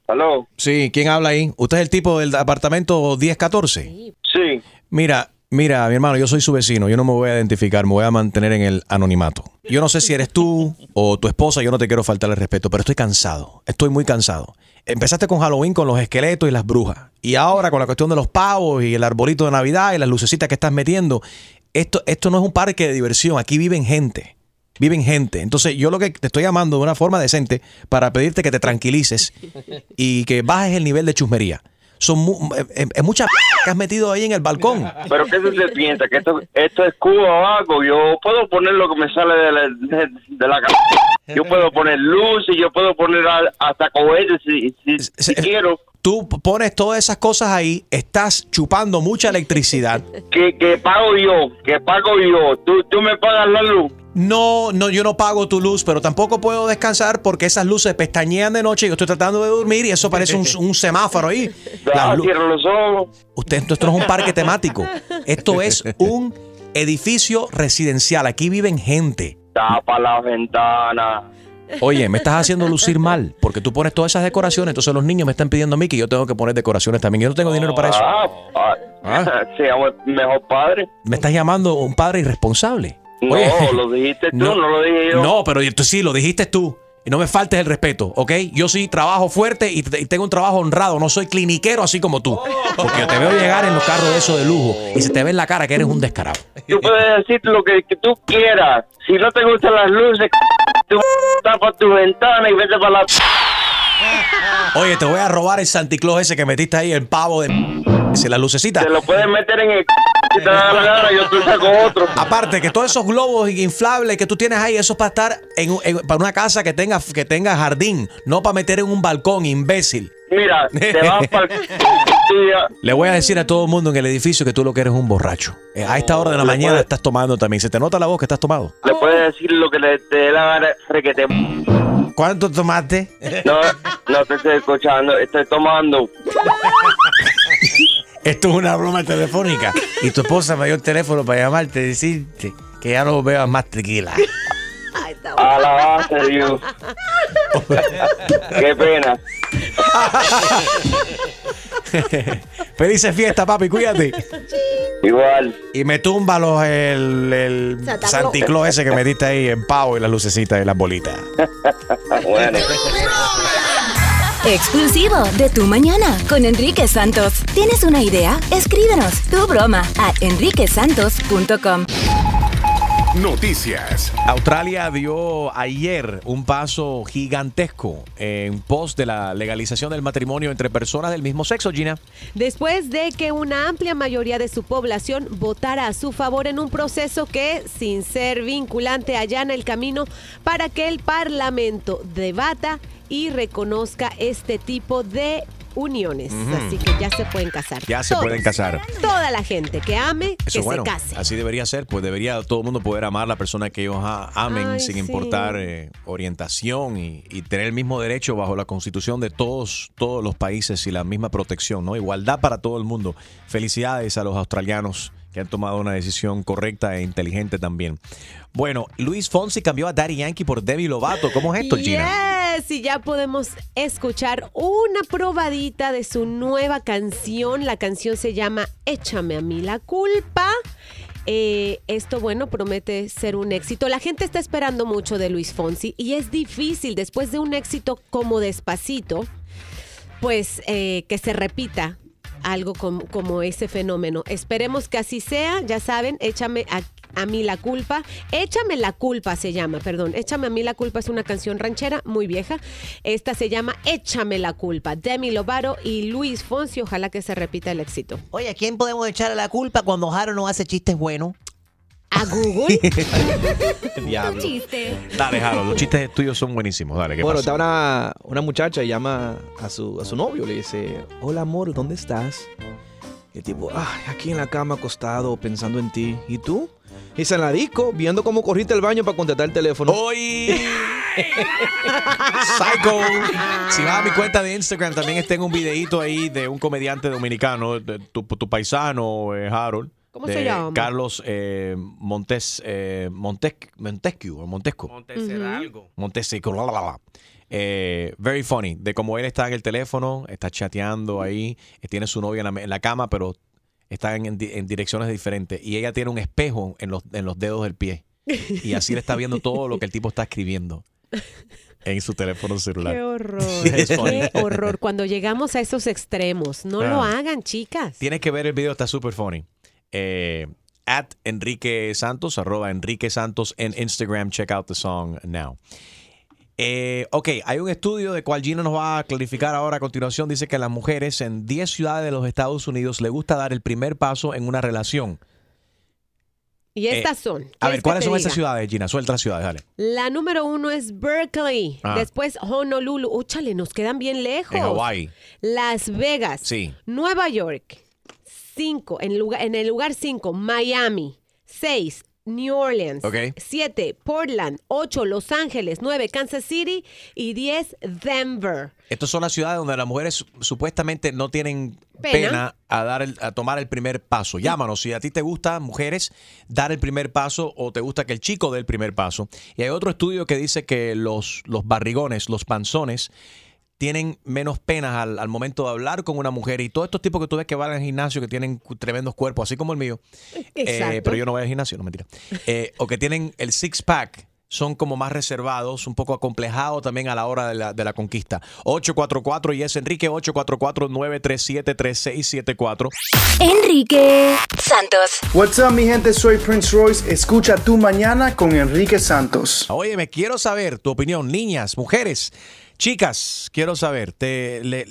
[SPEAKER 3] Hello. Sí, ¿quién habla ahí? ¿Usted es el tipo del apartamento 1014?
[SPEAKER 14] Sí.
[SPEAKER 3] Mira, mira, mi hermano, yo soy su vecino. Yo no me voy a identificar, me voy a mantener en el anonimato. Yo no sé si eres tú o tu esposa, yo no te quiero faltar el respeto, pero estoy cansado. Estoy muy cansado. Empezaste con Halloween con los esqueletos y las brujas. Y ahora con la cuestión de los pavos y el arbolito de Navidad y las lucecitas que estás metiendo. Esto, esto no es un parque de diversión, aquí viven gente viven gente. Entonces, yo lo que te estoy llamando de una forma decente para pedirte que te tranquilices y que bajes el nivel de chusmería. Son mu- eh, eh, es mucha p- que has metido ahí en el balcón.
[SPEAKER 10] Pero ¿qué se piensa? ¿Que esto, esto es Cuba o algo? Yo puedo poner lo que me sale de la, de, de la cabeza. Yo puedo poner luz y yo puedo poner al- hasta cohetes si, si, si quiero.
[SPEAKER 3] Tú p- pones todas esas cosas ahí, estás chupando mucha electricidad.
[SPEAKER 10] Que, que pago yo, que pago yo. Tú, tú me pagas la luz.
[SPEAKER 3] No, no, yo no pago tu luz, pero tampoco puedo descansar porque esas luces pestañean de noche y yo estoy tratando de dormir y eso parece un, un semáforo ahí. Las lu-
[SPEAKER 10] Cierro los ojos.
[SPEAKER 3] Usted, esto, esto no es un parque temático. Esto es un edificio residencial. Aquí viven gente.
[SPEAKER 10] Tapa la ventana.
[SPEAKER 3] Oye, me estás haciendo lucir mal porque tú pones todas esas decoraciones. Entonces los niños me están pidiendo a mí que yo tengo que poner decoraciones también. Yo no tengo dinero para eso.
[SPEAKER 10] Ah, ah,
[SPEAKER 3] Ah.
[SPEAKER 10] sea un mejor padre.
[SPEAKER 3] Me estás llamando un padre irresponsable.
[SPEAKER 10] No,
[SPEAKER 3] Oye,
[SPEAKER 10] lo dijiste tú, no, lo dije yo.
[SPEAKER 3] No, pero tú sí, lo dijiste tú. Y no me faltes el respeto, ¿ok? Yo sí trabajo fuerte y, t- y tengo un trabajo honrado. No soy cliniquero así como tú. Porque yo te veo llegar en los carros de esos de lujo y se te ve en la cara que eres un descarado.
[SPEAKER 10] Tú puedes decir lo que, que tú quieras. Si no te gustan las luces, tú tapa tu ventana y vete para la...
[SPEAKER 3] Oye, te voy a robar el Santa Claus ese que metiste ahí, el pavo de... Ese, la lucecita. Te lo
[SPEAKER 10] puedes meter en el... Si te da la gana, yo te saco otro.
[SPEAKER 3] Aparte, que todos esos globos inflables que tú tienes ahí, eso es para estar en, un- en- para una casa que tenga, que tenga jardín, no para meter en un balcón, imbécil.
[SPEAKER 10] Mira, te vas para el...
[SPEAKER 3] Le voy a decir a todo el mundo en el edificio que tú lo que eres es un borracho. Eh, A esta hora de la mañana estás tomando también. Se te nota la voz que estás tomado.
[SPEAKER 10] Le puedes decir lo que le te dé la gana, requete. No,
[SPEAKER 3] ¿Cuánto tomaste?
[SPEAKER 10] no te estoy escuchando, estoy tomando.
[SPEAKER 3] Esto es una broma telefónica. Y tu esposa me dio el teléfono para llamarte y decirte que ya no bebas más tequila.
[SPEAKER 10] Alabaste, Dios. Qué pena.
[SPEAKER 3] Felices fiestas, papi, cuídate.
[SPEAKER 10] Igual.
[SPEAKER 3] Y me tumba los el, el
[SPEAKER 10] Santa Claus.
[SPEAKER 3] Santi Claus ese que metiste ahí en pavo y las lucecitas y las bolitas.
[SPEAKER 10] Bueno.
[SPEAKER 19] Exclusivo de Tu Mañana con Enrique Santos. ¿Tienes una idea? Escríbenos tu broma a enriquesantos.com.
[SPEAKER 3] Noticias. Australia dio ayer un paso gigantesco en pos de la legalización del matrimonio entre personas del mismo sexo, Gina.
[SPEAKER 4] Después de que una amplia mayoría de su población votara a su favor en un proceso que, sin ser vinculante, allana el camino para que el Parlamento debata y reconozca este tipo de uniones.
[SPEAKER 3] Ujú.
[SPEAKER 4] Así que ya se pueden casar.
[SPEAKER 3] Ya se
[SPEAKER 4] Todos.
[SPEAKER 3] pueden casar.
[SPEAKER 4] Toda la gente que ame,
[SPEAKER 3] Eso
[SPEAKER 4] que
[SPEAKER 3] es bueno.
[SPEAKER 4] se case.
[SPEAKER 3] Así debería ser, pues debería todo el mundo poder amar a la persona que ellos a- amen
[SPEAKER 4] Ay,
[SPEAKER 3] sin
[SPEAKER 4] sí.
[SPEAKER 3] importar eh, orientación y, y tener el mismo derecho bajo la constitución de todos, todos los países y la misma protección, ¿no? Igualdad para todo el mundo. Felicidades a los australianos que han tomado una decisión correcta e inteligente también. Bueno, Luis Fonsi cambió a Daddy Yankee por Debbie Lovato. ¿Cómo es esto, Gina?
[SPEAKER 4] Yes, y ya podemos escuchar una probadita de su nueva canción. La canción se llama Échame a mí la culpa. Eh, esto, bueno, promete ser un éxito. La gente está esperando mucho de Luis Fonsi y es difícil después de un éxito como despacito, pues eh, que se repita algo com- como ese fenómeno. Esperemos que así sea, ya saben, échame a, a mí la culpa. Échame la culpa se llama, perdón. Échame a mí la culpa es una canción ranchera muy vieja. Esta se llama Échame la culpa. Demi Lovato y Luis Fonsi, ojalá que se repita el éxito.
[SPEAKER 21] Oye, ¿a quién podemos echarle la culpa cuando Jaro no hace chistes buenos?
[SPEAKER 4] ¿A Google?
[SPEAKER 3] Diablo.
[SPEAKER 4] Chiste.
[SPEAKER 3] Dale, Jaro, los chistes tuyos son buenísimos. Dale, ¿qué
[SPEAKER 8] Bueno,
[SPEAKER 3] pasa?
[SPEAKER 8] está una, una muchacha y llama a su, a su novio, le dice, hola amor, ¿dónde estás? Y el tipo, "Ay, aquí en la cama acostado pensando en ti. ¿Y tú? Y se en la disco, viendo cómo corriste al baño para contestar el teléfono.
[SPEAKER 3] ¡Hoy! Psycho. Si vas a mi cuenta de Instagram, también está en un videíto ahí de un comediante dominicano, de tu, tu paisano, eh, Harold.
[SPEAKER 4] ¿Cómo
[SPEAKER 3] de
[SPEAKER 4] se llama?
[SPEAKER 3] Carlos eh, Montes, eh, Montes, Montesquieu, o Montesco.
[SPEAKER 4] Montesheralgo.
[SPEAKER 3] Montesco, la, la, la, la. Eh, very funny, de cómo él está en el teléfono, está chateando ahí, eh, tiene su novia en la, me- en la cama, pero están en, di- en direcciones diferentes. Y ella tiene un espejo en los, en los dedos del pie. Y así le está viendo todo lo que el tipo está escribiendo en su teléfono celular.
[SPEAKER 4] Qué horror.
[SPEAKER 3] Es funny.
[SPEAKER 4] Qué horror. Cuando llegamos a esos extremos, no lo
[SPEAKER 3] Ah.
[SPEAKER 4] hagan, chicas.
[SPEAKER 3] Tienes que ver el video, está súper funny. Eh, at Enrique Santos, arroba Enrique Santos en Instagram. Check out the song now. Eh, ok, hay un estudio de cual Gina nos va a clarificar ahora a continuación. Dice que a las mujeres en 10 ciudades de los Estados Unidos le gusta dar el primer paso en una relación.
[SPEAKER 4] Y
[SPEAKER 3] Eh,
[SPEAKER 4] estas son.
[SPEAKER 3] A
[SPEAKER 4] ¿Quieres
[SPEAKER 3] ver,
[SPEAKER 4] que
[SPEAKER 3] ¿cuáles
[SPEAKER 4] te
[SPEAKER 3] son
[SPEAKER 4] diga?
[SPEAKER 3] esas ciudades, Gina? Suelta las ciudades, dale.
[SPEAKER 4] La número uno es Berkeley.
[SPEAKER 3] Ah.
[SPEAKER 4] Después Honolulu. Úchale, nos quedan bien lejos.
[SPEAKER 3] En Hawái.
[SPEAKER 4] Las Vegas.
[SPEAKER 3] Sí.
[SPEAKER 4] Nueva York. Cinco. En, lugar, en el lugar cinco, Miami. Seis. New Orleans.
[SPEAKER 3] Ok.
[SPEAKER 4] Siete, Portland. Ocho, Los Ángeles. Nueve, Kansas City. Y diez, Denver.
[SPEAKER 3] Estas son las ciudades donde las mujeres supuestamente no tienen
[SPEAKER 4] Pena.
[SPEAKER 3] pena, a dar el- a tomar el primer paso. Llámanos si a ti te gusta, mujeres, dar el primer paso o te gusta que el chico dé el primer paso. Y hay otro estudio que dice que los, los barrigones, los panzones, tienen menos penas al, al momento de hablar con una mujer. Y todos estos tipos que tú ves que van al gimnasio, que tienen cu- tremendos cuerpos, así como el mío. eh,
[SPEAKER 4] Exacto.
[SPEAKER 3] pero yo no voy al gimnasio, no mentira. Eh, o que tienen el six-pack. Son como más reservados, un poco acomplejados también a la hora de la, de la conquista. 844 y es Enrique 844-937-3674.
[SPEAKER 19] Enrique Santos.
[SPEAKER 22] What's up, mi gente? Soy Prince Royce. Escucha tu mañana con Enrique Santos.
[SPEAKER 3] Oye, me quiero saber tu opinión, niñas, mujeres, chicas, quiero saber, ¿te, le,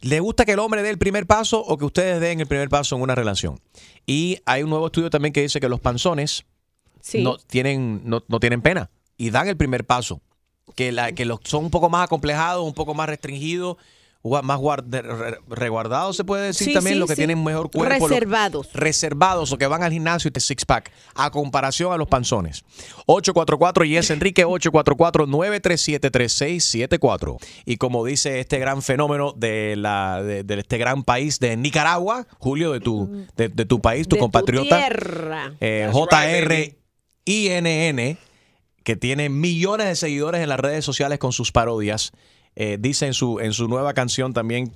[SPEAKER 3] le gusta que el hombre dé el primer paso o que ustedes den el primer paso en una relación? Y hay un nuevo estudio también que dice que los panzones
[SPEAKER 4] Sí.
[SPEAKER 3] no, tienen, no, no tienen pena y dan el primer paso, que, la, que los, son un poco más acomplejados, un poco más restringidos. gua- Más guarde- re- reguardados, se puede decir
[SPEAKER 4] Sí,
[SPEAKER 3] también,
[SPEAKER 4] sí,
[SPEAKER 3] los que
[SPEAKER 4] sí.
[SPEAKER 3] tienen mejor cuerpo. los-
[SPEAKER 4] Reservados.
[SPEAKER 3] reservados o que van al gimnasio y te six pack a comparación a los panzones. 844 y es Enrique 844 937 3674. Y como dice este gran fenómeno de la de, de este gran país de Nicaragua, Julio de tu de, de tu país, tu
[SPEAKER 4] De
[SPEAKER 3] compatriota
[SPEAKER 4] tierra.
[SPEAKER 3] eh,
[SPEAKER 4] That's right, baby.
[SPEAKER 3] JRINN, que tiene millones de seguidores en las redes sociales con sus parodias, eh, dice en su, en su nueva canción también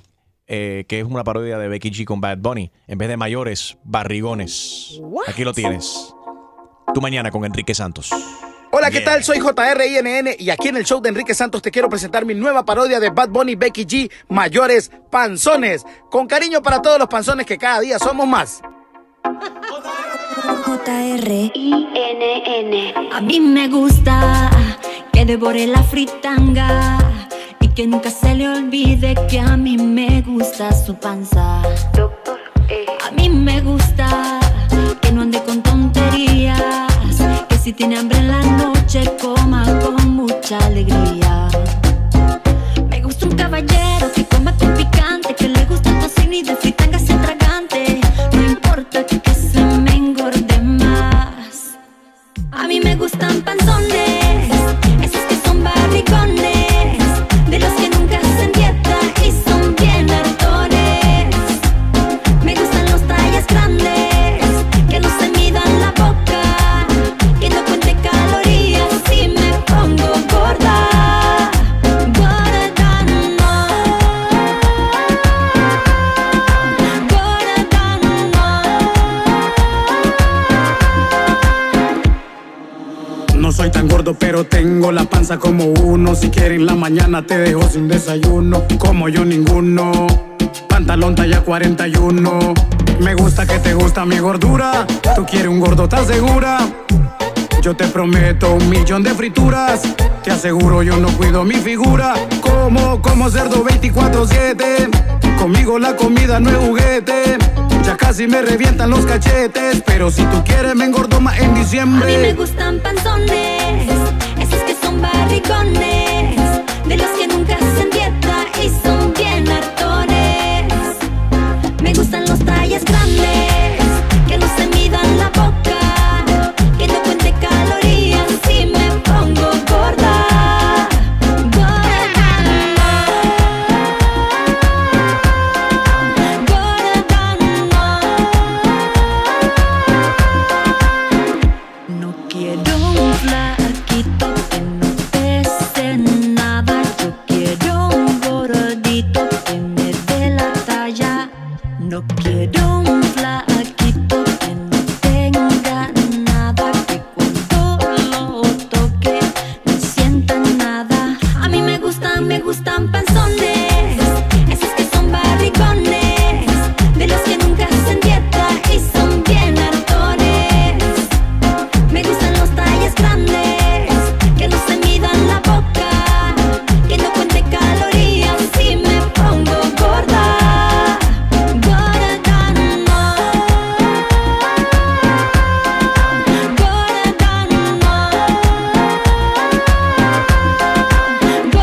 [SPEAKER 3] eh, que es una parodia de Becky G con Bad Bunny. En vez de mayores, barrigones.
[SPEAKER 22] What?
[SPEAKER 3] Aquí lo tienes. Tu mañana con Enrique Santos.
[SPEAKER 22] Hola, ¿qué
[SPEAKER 3] Yeah.
[SPEAKER 22] tal? Soy JRINN y aquí en el show de Enrique Santos te quiero presentar mi nueva parodia de Bad Bunny Becky G, Mayores Panzones. Con cariño para todos los panzones que cada día somos más.
[SPEAKER 23] J-R-I-N-N. A mí me gusta que devore la fritanga y que nunca se le olvide que a mí me gusta su panza. A mí me gusta que no ande con tonterías, que si tiene hambre en la noche coma con mucha alegría. Me gusta un caballero que coma con picante, que le gusta el tocino y de fritanga se atragante. No importa que, que se me engorde más. A mí me gustan panzones, esos que son barrigones, de los que nunca se dieta y son bien hartones. Me gustan los tallas grandes, que no se midan la boca, que no cuente calorías si me pongo gorda. Gorda no. Gorda no.
[SPEAKER 2] soy tan gordo, pero tengo la panza como uno. Si quieres en la mañana te dejo sin desayuno, como yo ninguno. Pantalón talla 41. Me gusta que te gusta mi gordura. Tú quieres un gordo, ¿estás segura? Yo te prometo un millón de frituras. Te aseguro yo no cuido mi figura. Como, como cerdo 24-7. Conmigo la comida no es juguete. Ya casi me revientan los cachetes. Pero si tú quieres, me engordo más en
[SPEAKER 23] A mí me
[SPEAKER 2] diciembre.
[SPEAKER 23] gustan panzones, esos que son barricones, de los que nunca hacen dieta y son bien hartones. Me gustan los tallas grandes, que no se midan la boca, que no cuente calorías si me pongo gorda. Gorda, Quiero un flaquito que no pese nada. Yo quiero un gordito que me dé la talla. No quiero un flaquito que no tenga nada. Que cuando lo toque no sienta nada. A mí me gustan, me gustan panzones. Esos que son barricones. De los que nunca hacen dieta y son bien hartones. Me gustan los talles grandes, que no se midan la boca, que no cuente calorías si me pongo gorda. Gorda no, gorda no, gorda no, gorda no, gorda no.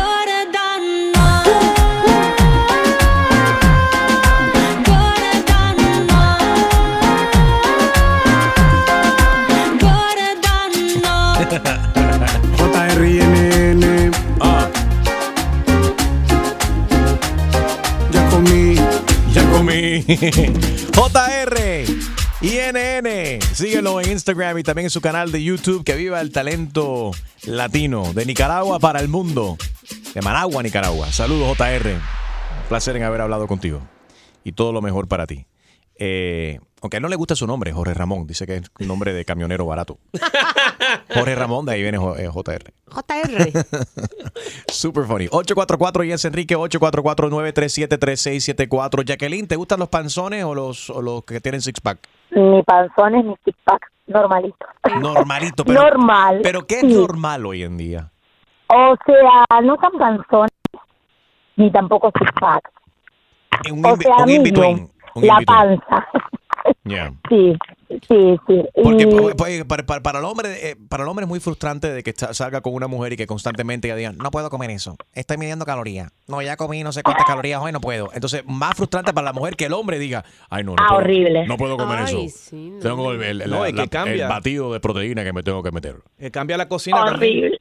[SPEAKER 2] JRNN. Ya comí.
[SPEAKER 3] Ya comí. JR. INN, síguelo en Instagram y también en su canal de YouTube que viva el talento latino de Nicaragua para el mundo. De Managua, Nicaragua. Saludos, JR. Un placer en haber hablado contigo. Y todo lo mejor para ti. Eh, aunque a él no le gusta su nombre, Jorge Ramón. Dice que es un nombre de camionero barato. Jorge Ramón, de ahí viene eh, JR.
[SPEAKER 24] JR.
[SPEAKER 3] Super funny. 844 Yes Enrique, 844-937-3674. Jacqueline, ¿te gustan los panzones o los, o los que tienen six-pack?
[SPEAKER 16] Ni panzones, ni six pack, normalito.
[SPEAKER 3] Mm. Normalito, pero.
[SPEAKER 16] Normal,
[SPEAKER 3] Pero ¿qué es
[SPEAKER 16] sí.
[SPEAKER 3] normal hoy en día?
[SPEAKER 16] O sea, no tan panzones, ni tampoco six pack.
[SPEAKER 3] Un,
[SPEAKER 16] O
[SPEAKER 3] in-
[SPEAKER 16] sea,
[SPEAKER 3] un in between.
[SPEAKER 16] medium,
[SPEAKER 3] Un
[SPEAKER 16] la
[SPEAKER 3] in between.
[SPEAKER 16] panza.
[SPEAKER 3] Yeah.
[SPEAKER 16] Sí, sí, sí. Y-
[SPEAKER 3] Porque pues, pues, para, para- para el hombre, eh, para el hombre es muy frustrante de que sa- salga con una mujer y que constantemente ella diga, no puedo comer eso, estoy midiendo calorías, no, ya comí no sé
[SPEAKER 16] Ah.
[SPEAKER 3] cuántas calorías hoy, no puedo. Entonces, más frustrante para la mujer que el hombre diga, ay, no, no,
[SPEAKER 16] Ah,
[SPEAKER 3] puedo,
[SPEAKER 16] horrible.
[SPEAKER 3] no puedo comer
[SPEAKER 16] Ay,
[SPEAKER 3] eso. Tengo el, el- la-
[SPEAKER 8] No, y que
[SPEAKER 3] la- el
[SPEAKER 8] cambia.
[SPEAKER 3] batido de proteína que me tengo que meter.
[SPEAKER 8] Eh, cambia la cocina.
[SPEAKER 16] Horrible.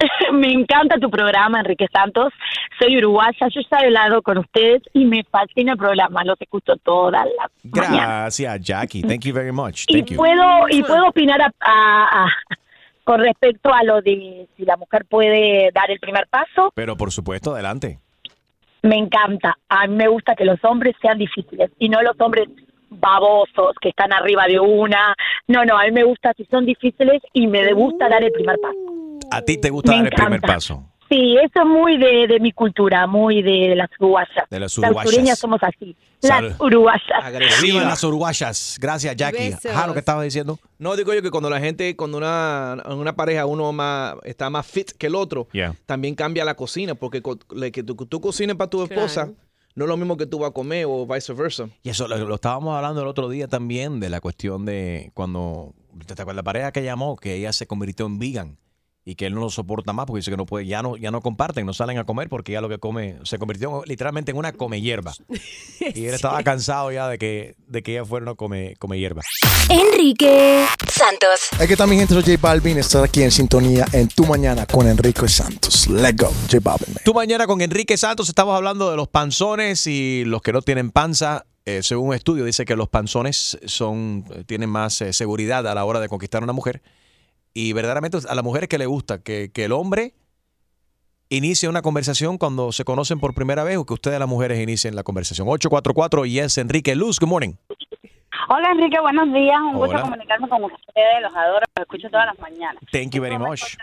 [SPEAKER 16] Me encanta tu programa, Enrique Santos. Soy uruguaya, yo ya he hablado con ustedes y me fascina el programa, los escucho toda la mañana.
[SPEAKER 3] Gracias, Jackie. Thank you very much.
[SPEAKER 16] Ah, Y
[SPEAKER 3] Thank you.
[SPEAKER 16] puedo, y puedo opinar a- a- a- con respecto a lo de si la mujer puede dar el primer paso.
[SPEAKER 3] Pero por supuesto, adelante.
[SPEAKER 16] Me encanta. A mí me gusta que los hombres sean difíciles y no los hombres babosos que están arriba de una. No, no, a mí me gusta si son difíciles y me gusta dar el primer paso.
[SPEAKER 3] A ti te gusta
[SPEAKER 16] Me
[SPEAKER 3] dar el primer
[SPEAKER 16] encanta.
[SPEAKER 3] paso.
[SPEAKER 16] Sí, eso es muy de, de mi cultura, muy de, de las uruguayas.
[SPEAKER 3] De las uruguayas.
[SPEAKER 16] sureñas somos así.
[SPEAKER 3] Salud.
[SPEAKER 16] Las uruguayas.
[SPEAKER 3] Arriba las uruguayas. Gracias, Jackie.
[SPEAKER 16] Besos.
[SPEAKER 3] Jaro, ¿qué estabas diciendo?
[SPEAKER 8] No, digo yo que cuando la gente, cuando una, una pareja uno más, está más fit que el otro,
[SPEAKER 3] Yeah.
[SPEAKER 8] también cambia la cocina, porque co- le- que tú, tú cocines para tu
[SPEAKER 3] Claro.
[SPEAKER 8] esposa no es lo mismo que tú vas a comer o viceversa.
[SPEAKER 3] Y eso lo, lo estábamos hablando el otro día también de la cuestión de cuando ¿te acuerdas la pareja que llamó que ella se convirtió en vegan y que él no lo soporta más porque dice que no puede ya no ya no comparten, no salen a comer porque ya lo que come se convirtió en- literalmente en una come hierba. Y él estaba cansado ya de que de que ella fuera una come come hierba.
[SPEAKER 19] Enrique Santos.
[SPEAKER 12] Aquí está mi gente, soy J Balvin, estar aquí en sintonía en Tu Mañana con Enrique Santos. Let's go, J Balvin.
[SPEAKER 3] Tú mañana con Enrique Santos estamos hablando de los panzones y los que no tienen panza. Eh, según un estudio dice que los panzones son tienen más eh, seguridad a la hora de conquistar a una mujer. Y verdaderamente a las mujeres que le gusta que, que el hombre inicie una conversación cuando se conocen por primera vez o que ustedes las mujeres inicien la conversación. 844 Yes Enrique Luz, good morning.
[SPEAKER 13] Hola Enrique, buenos días. Un
[SPEAKER 3] Hola.
[SPEAKER 13] gusto comunicarme con ustedes. Los adoro, los escucho todas las mañanas.
[SPEAKER 3] Thank you very much.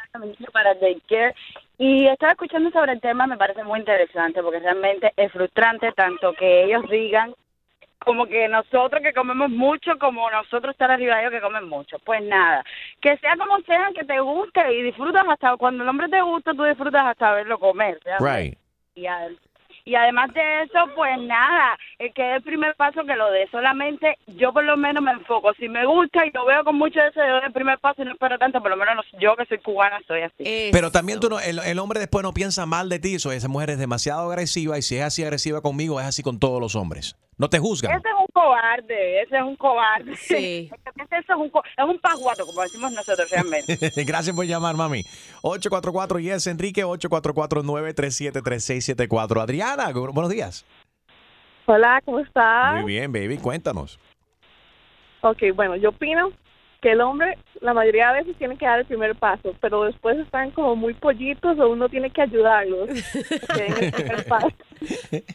[SPEAKER 13] Para Daycare. Y estaba escuchando sobre el tema, me parece muy interesante porque realmente es frustrante tanto que ellos digan como que nosotros que comemos mucho, como nosotros estar arriba de ellos que comen mucho. Pues nada, que sea como sea, que te guste y disfrutas hasta cuando el hombre te gusta, tú disfrutas hasta verlo comer. realmente.
[SPEAKER 3] Right.
[SPEAKER 13] Y, ad- y además de eso, pues nada, el que dé el primer paso que lo dé. Solamente yo por lo menos me enfoco. Si me gusta y lo veo con mucho deseo, yo doy el primer paso y no espero tanto, por lo menos los- yo que soy cubana soy así.
[SPEAKER 3] Pero también tú no- el, el hombre después no piensa mal de ti. Eso, esa mujer es demasiado agresiva y si es así agresiva conmigo, es así con todos los hombres. No te juzgan.
[SPEAKER 13] Ese es un cobarde, ese es un cobarde. Sí. ese es un, co- es un pajuato, como decimos nosotros realmente.
[SPEAKER 3] Gracias por llamar, mami. 844 yes Enrique 844-937-3674. Adriana, gu- buenos días.
[SPEAKER 15] Hola, ¿cómo estás?
[SPEAKER 3] Muy bien, baby, cuéntanos.
[SPEAKER 15] Ok, bueno, yo opino que el hombre la mayoría de veces tiene que dar el primer paso, pero después están como muy pollitos o uno tiene que ayudarlos. Que den el primer paso.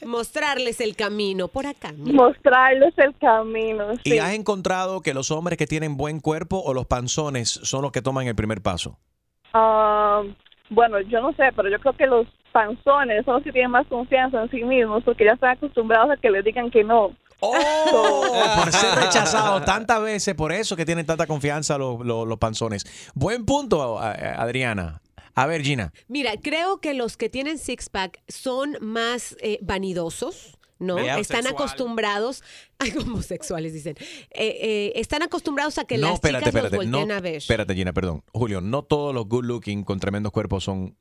[SPEAKER 4] Mostrarles el camino por acá.
[SPEAKER 15] Mostrarles el camino.
[SPEAKER 3] ¿Y has encontrado que los hombres que tienen buen cuerpo o los panzones son los que toman el primer paso?
[SPEAKER 15] Ah, bueno, yo no sé, pero yo creo que los panzones son los que tienen más confianza en sí mismos porque ya están acostumbrados a que les digan que no.
[SPEAKER 3] Por ser rechazados tantas veces, por eso que tienen tanta confianza los, los- los panzones. Buen punto, a- a- Adriana. A ver, Gina.
[SPEAKER 4] Mira, creo que los que tienen six pack son más eh, vanidosos. ¿no?
[SPEAKER 3] Vea,
[SPEAKER 4] Están
[SPEAKER 3] homosexual.
[SPEAKER 4] acostumbrados, ay, homosexuales dicen, Eh, eh, están acostumbrados a que
[SPEAKER 3] no,
[SPEAKER 4] las
[SPEAKER 3] espérate,
[SPEAKER 4] chicas
[SPEAKER 3] espérate.
[SPEAKER 4] los
[SPEAKER 3] No,
[SPEAKER 4] volteen a ver.
[SPEAKER 3] espérate, Gina, perdón. Julio, no todos los good looking con tremendos cuerpos son,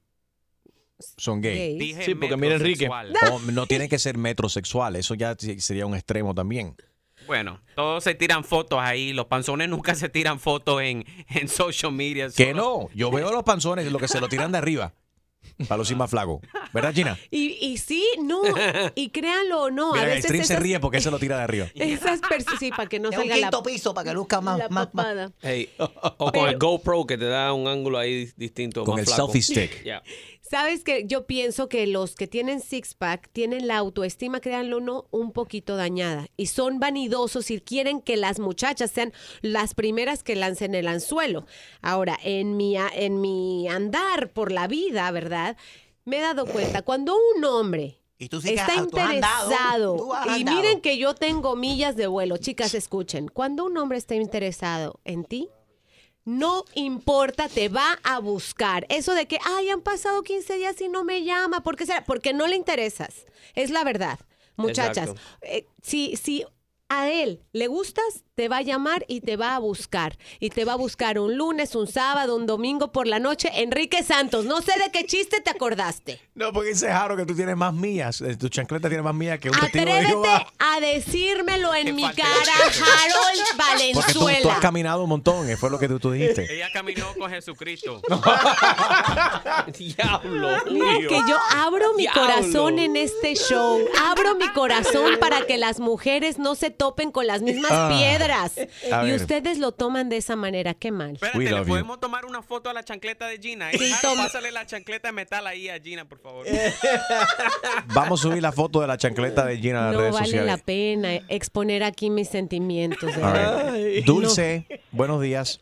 [SPEAKER 3] son gay.
[SPEAKER 4] Gays. Dije
[SPEAKER 8] Sí, porque mira, Enrique.
[SPEAKER 3] O no tienen que ser metrosexual. Eso ya sí sería un extremo también.
[SPEAKER 5] Bueno, todos se tiran fotos ahí. Los panzones nunca se tiran fotos en, en social media.
[SPEAKER 3] Que no. Yo veo los panzones, lo que se lo tiran de arriba. Para los más flacos. ¿Verdad, Gina?
[SPEAKER 4] Y, y sí, no, y créanlo o no, a
[SPEAKER 3] Mira, el
[SPEAKER 4] veces
[SPEAKER 3] stream se
[SPEAKER 4] esas-
[SPEAKER 3] ríe porque se lo tira de arriba.
[SPEAKER 4] Esas personas, sí, para que no
[SPEAKER 21] De un
[SPEAKER 4] salga la
[SPEAKER 21] quinto piso, para que luzca más-
[SPEAKER 4] la
[SPEAKER 21] más- más-
[SPEAKER 4] papada.
[SPEAKER 6] Hey, o con el GoPro que te da un ángulo ahí dis- distinto.
[SPEAKER 3] Con el
[SPEAKER 6] más flaco.
[SPEAKER 3] selfie stick.
[SPEAKER 6] Yeah.
[SPEAKER 4] Sabes que yo pienso que los que tienen six pack tienen la autoestima, créanlo o no, un poquito dañada y son vanidosos y quieren que las muchachas sean las primeras que lancen el anzuelo. Ahora, en mi a- en mi andar por la vida, ¿verdad? Me he dado cuenta cuando un hombre
[SPEAKER 21] tú sí que
[SPEAKER 4] está
[SPEAKER 21] has- tú has andado,
[SPEAKER 4] interesado.
[SPEAKER 21] tú has
[SPEAKER 4] y
[SPEAKER 21] andado.
[SPEAKER 4] miren que yo tengo millas de vuelo, chicas, escuchen. Cuando un hombre está interesado en ti, no importa, te va a buscar. Eso de que, ay, han pasado 15 días y no me llama, ¿por qué será? Porque no le interesas. Es la verdad, muchachas.
[SPEAKER 16] Exacto.
[SPEAKER 4] Eh, si, si a él le gustas, te va a llamar y te va a buscar. Y te va a buscar un lunes, un sábado, un domingo por la noche. Enrique Santos, no sé de qué chiste te acordaste.
[SPEAKER 3] No, porque dice Jaro que tú tienes más millas. eh, Tu chancleta tiene más millas que un testigo de
[SPEAKER 4] Atrévete
[SPEAKER 3] Jehová.
[SPEAKER 4] a decírmelo en mi cara,
[SPEAKER 3] respeto.
[SPEAKER 4] Harold
[SPEAKER 3] Porque tú, tú has
[SPEAKER 4] Valenzuela.
[SPEAKER 3] caminado un montón, eh, fue lo que tú, tú dijiste.
[SPEAKER 5] Ella caminó con Jesucristo.
[SPEAKER 6] Diablo.
[SPEAKER 4] Mira
[SPEAKER 5] Julio.
[SPEAKER 4] que yo abro mi
[SPEAKER 5] Diablo.
[SPEAKER 4] corazón en este show. Abro mi corazón para que las mujeres no se topen con las mismas
[SPEAKER 5] Ah,
[SPEAKER 4] piedras.
[SPEAKER 5] a
[SPEAKER 4] Y
[SPEAKER 5] ver.
[SPEAKER 4] ustedes lo toman de esa manera. Qué mal.
[SPEAKER 3] We
[SPEAKER 5] Espérate, ¿le
[SPEAKER 3] love you.
[SPEAKER 5] podemos tomar una foto a la chancleta de Gina? Eh,
[SPEAKER 4] Sí,
[SPEAKER 5] Jaro,
[SPEAKER 4] toma.
[SPEAKER 5] pásale la chancleta de metal ahí a Gina, por favor.
[SPEAKER 3] Vamos a subir la foto de la chancleta de Gina en las
[SPEAKER 4] No
[SPEAKER 3] redes
[SPEAKER 4] vale la
[SPEAKER 3] sociales.
[SPEAKER 4] pena exponer aquí mis sentimientos. de
[SPEAKER 3] All
[SPEAKER 4] verdad.
[SPEAKER 3] right. Dulce, buenos días.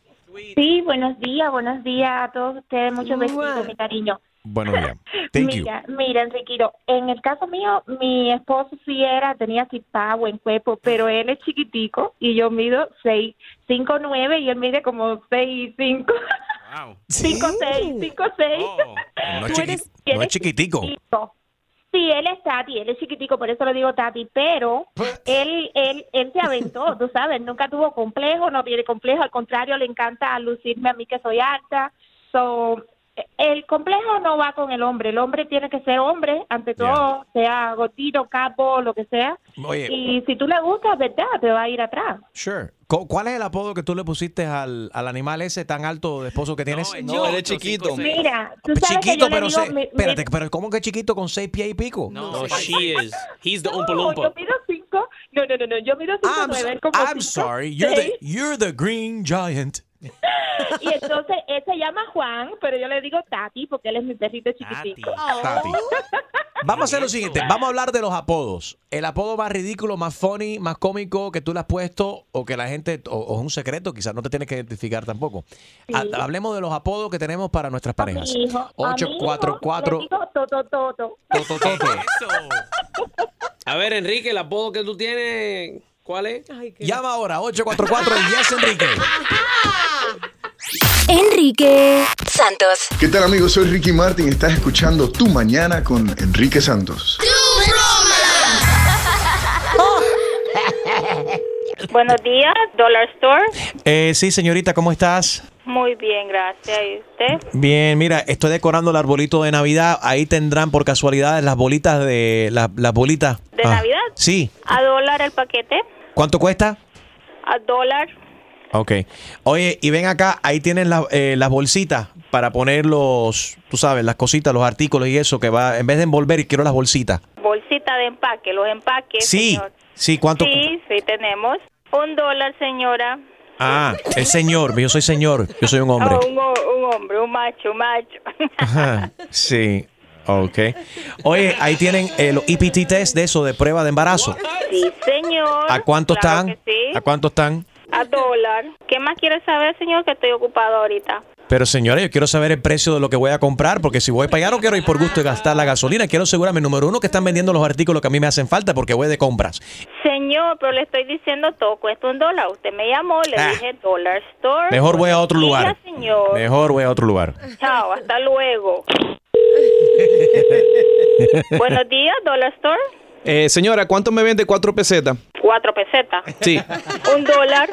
[SPEAKER 25] Sí, buenos días, buenos días a todos ustedes, muchos besitos, mi cariño.
[SPEAKER 3] Buenos días. Thank you.
[SPEAKER 25] mira, mira, Enriquito, en el caso mío, mi esposo sí era, tenía tipa, buen cuerpo, pero él es chiquitico y yo mido seis, cinco nueve y él mide como seis cinco,
[SPEAKER 5] Wow.
[SPEAKER 25] cinco seis, cinco seis.
[SPEAKER 3] Oh, No
[SPEAKER 25] Tú
[SPEAKER 3] es, chiqui-
[SPEAKER 25] eres-
[SPEAKER 3] no es chiquitico.
[SPEAKER 25] chiquitico. Sí, él es Tati, él es chiquitico, por eso lo digo Tati, pero él, él, él se aventó, tú sabes, nunca tuvo complejo, no tiene complejo, al contrario, le encanta lucirme a mí que soy alta. So, el complejo no va con el hombre, el hombre tiene que ser hombre, ante todo, sea gotito, capo, lo que sea.
[SPEAKER 3] Oye.
[SPEAKER 25] Y si tú le gustas, ¿verdad? Te va a ir atrás.
[SPEAKER 3] Sure. Co- ¿Cuál es el apodo que tú le pusiste al, al animal ese tan alto de esposo que tienes?
[SPEAKER 25] es No, él es
[SPEAKER 3] chiquito.
[SPEAKER 25] Mira, tú sabes que
[SPEAKER 3] chiquito,
[SPEAKER 25] yo le
[SPEAKER 3] pero
[SPEAKER 25] digo
[SPEAKER 3] se-
[SPEAKER 25] mi- mi-
[SPEAKER 3] espérate, pero ¿cómo que chiquito con seis pies y pico?
[SPEAKER 6] No, she is. He's the Oompa
[SPEAKER 25] No, yo
[SPEAKER 6] Loompa.
[SPEAKER 25] mido cinco, no, no, no, no, yo mido cinco,
[SPEAKER 6] I'm
[SPEAKER 25] nueve,
[SPEAKER 6] so-
[SPEAKER 25] como cinco,
[SPEAKER 3] I'm sorry, you're the,
[SPEAKER 25] seis.
[SPEAKER 3] you're the green giant.
[SPEAKER 25] Y entonces él se llama Juan, pero yo le digo Tati porque él es mi perrito chiquitico.
[SPEAKER 3] Tati. Vamos a hacer lo siguiente, vamos a hablar de los apodos. El apodo más ridículo, más funny, más cómico que tú le has puesto o que la gente, o, o es un secreto, quizás no te tienes que identificar tampoco. Ha- Hablemos de los apodos que tenemos para nuestras parejas.
[SPEAKER 25] Mi hijo, a mi hijo
[SPEAKER 3] 844
[SPEAKER 25] le digo Toto Toto.
[SPEAKER 3] Totototo.
[SPEAKER 6] A ver, Enrique, el apodo que tú tienes, ¿cuál es?
[SPEAKER 3] Llama ahora, 844 Yes Enrique.
[SPEAKER 19] Enrique Santos.
[SPEAKER 1] ¿Qué tal amigos? Soy Ricky Martin y estás escuchando Tu Mañana con Enrique Santos.
[SPEAKER 7] Buenos días, Dollar Store.
[SPEAKER 3] Eh, sí, señorita, ¿cómo estás?
[SPEAKER 7] Muy bien, gracias. ¿Y usted?
[SPEAKER 3] Bien, mira, estoy decorando el arbolito de Navidad. Ahí tendrán por casualidad las bolitas de las, las bolitas. Ah,
[SPEAKER 7] ¿De Navidad?
[SPEAKER 3] Sí.
[SPEAKER 7] A dólar el paquete,
[SPEAKER 3] ¿Cuánto cuesta?
[SPEAKER 7] a dólar.
[SPEAKER 3] Ok. Oye, y ven acá, ahí tienen la- eh, las bolsitas para poner los, tú sabes, las cositas, los artículos y eso que va, en vez de envolver, quiero las bolsitas.
[SPEAKER 7] Bolsita de empaque, los empaques.
[SPEAKER 3] sí,
[SPEAKER 7] señor.
[SPEAKER 3] sí, ¿cuánto?
[SPEAKER 7] Sí, sí, tenemos. Un dólar, señora.
[SPEAKER 3] Ah, el señor, yo soy señor, yo soy un hombre.
[SPEAKER 7] Ah, un, ho- un hombre, un macho, un macho.
[SPEAKER 3] Ajá, sí, ok. Oye, ahí tienen eh, los EPT test de eso, de prueba de embarazo.
[SPEAKER 7] Sí, señor.
[SPEAKER 3] ¿A cuánto
[SPEAKER 7] Claro
[SPEAKER 3] están?
[SPEAKER 7] que sí.
[SPEAKER 3] ¿A cuánto están?
[SPEAKER 7] A dólar. ¿Qué más quiere saber, señor? Que estoy ocupado ahorita.
[SPEAKER 3] Pero señores, yo quiero saber el precio de lo que voy a comprar, porque si voy para allá no quiero ir por gusto y gastar la gasolina. Quiero asegurarme, número uno, que están vendiendo los artículos que a mí me hacen falta porque voy de compras.
[SPEAKER 7] Señor, pero le estoy diciendo todo cuesta un dólar. Usted me llamó, le
[SPEAKER 3] Ah.
[SPEAKER 7] dije Dollar Store.
[SPEAKER 3] Mejor voy a otro
[SPEAKER 7] Buenos
[SPEAKER 3] lugar.
[SPEAKER 7] días, señor.
[SPEAKER 3] Mejor voy a otro lugar.
[SPEAKER 7] Chao, hasta luego. Buenos días, Dollar Store.
[SPEAKER 8] Eh, señora, ¿cuánto me vende cuatro pesetas?
[SPEAKER 7] Cuatro pesetas.
[SPEAKER 8] Sí.
[SPEAKER 7] Un dólar.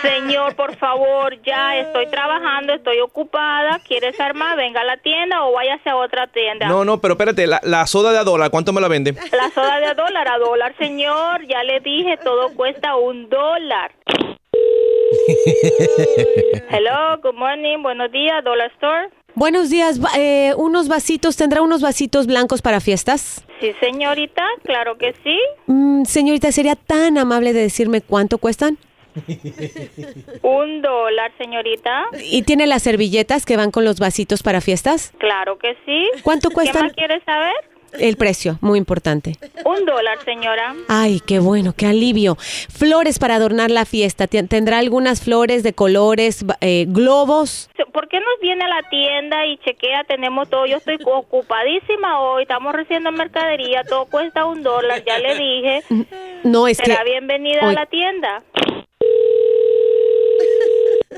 [SPEAKER 7] Señor, por favor, ya estoy trabajando, estoy ocupada. ¿Quieres armar? Venga a la tienda o váyase a otra tienda.
[SPEAKER 8] No, no, pero espérate, la, la soda de a dólar, ¿cuánto me la vende?
[SPEAKER 7] La soda de a dólar, a dólar, señor. Ya le dije, todo cuesta un dólar. Hello, good morning, buenos días, Dollar Store.
[SPEAKER 4] Buenos días, va- eh, unos vasitos, ¿tendrá unos vasitos blancos para fiestas?
[SPEAKER 7] Sí, señorita, claro que sí.
[SPEAKER 4] Mm, señorita, ¿sería tan amable de decirme cuánto cuestan?
[SPEAKER 7] Un dólar, señorita.
[SPEAKER 4] ¿Y tiene las servilletas que van con los vasitos para fiestas?
[SPEAKER 7] Claro que sí.
[SPEAKER 4] ¿Cuánto
[SPEAKER 7] ¿Qué
[SPEAKER 4] cuestan?
[SPEAKER 7] más quieres saber?
[SPEAKER 4] El precio, muy importante.
[SPEAKER 7] Un dólar, señora.
[SPEAKER 4] Ay, qué bueno, qué alivio. Flores para adornar la fiesta. Tien- ¿Tendrá algunas flores de colores, ba- eh, globos?
[SPEAKER 7] ¿Por qué nos viene a la tienda y chequea? Tenemos todo. Yo estoy ocupadísima hoy. Estamos recibiendo mercadería. Todo cuesta un dólar. Ya le dije.
[SPEAKER 4] No, es
[SPEAKER 7] Será
[SPEAKER 4] que...
[SPEAKER 7] bienvenida
[SPEAKER 4] Oy-
[SPEAKER 7] a la tienda.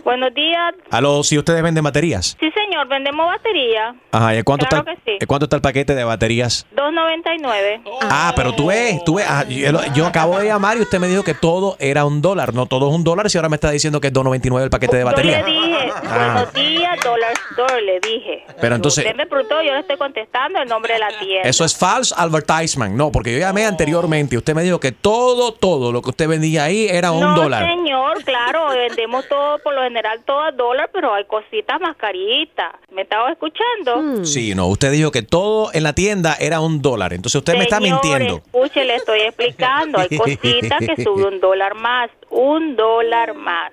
[SPEAKER 7] Buenos días.
[SPEAKER 3] A los, si ustedes venden baterías.
[SPEAKER 7] Sí, señor. Vendemos batería.
[SPEAKER 3] Ajá, ¿y cuánto,
[SPEAKER 7] Claro
[SPEAKER 3] está,
[SPEAKER 7] que sí.
[SPEAKER 3] ¿y cuánto está el paquete de baterías?
[SPEAKER 7] 2.99.
[SPEAKER 3] Ah, pero tú ves, tú ves. ah, yo, lo- yo acabo de llamar y usted me dijo que todo era un dólar. No todo es un dólar, si ahora me está diciendo que es 2.99 el paquete de batería.
[SPEAKER 7] Yo le dije,
[SPEAKER 3] Ah.
[SPEAKER 7] buenos días, Dollar Store, le dije.
[SPEAKER 3] Pero entonces-
[SPEAKER 7] Usted me preguntó, yo le estoy contestando el nombre de la tienda.
[SPEAKER 3] Eso es false advertisement. No, porque yo llamé anteriormente y usted me dijo que todo, todo lo que usted vendía ahí era un
[SPEAKER 7] no,
[SPEAKER 3] dólar.
[SPEAKER 7] señor, claro, vendemos todo, por lo general todo a dólar, pero hay cositas más caritas. ¿Me estaba escuchando?
[SPEAKER 3] Sí, no, usted dijo que todo en la tienda era un dólar. Entonces usted me está
[SPEAKER 7] Señor,
[SPEAKER 3] mintiendo.
[SPEAKER 7] Escuche, le estoy explicando. Hay cositas que sube un dólar más, un dólar más.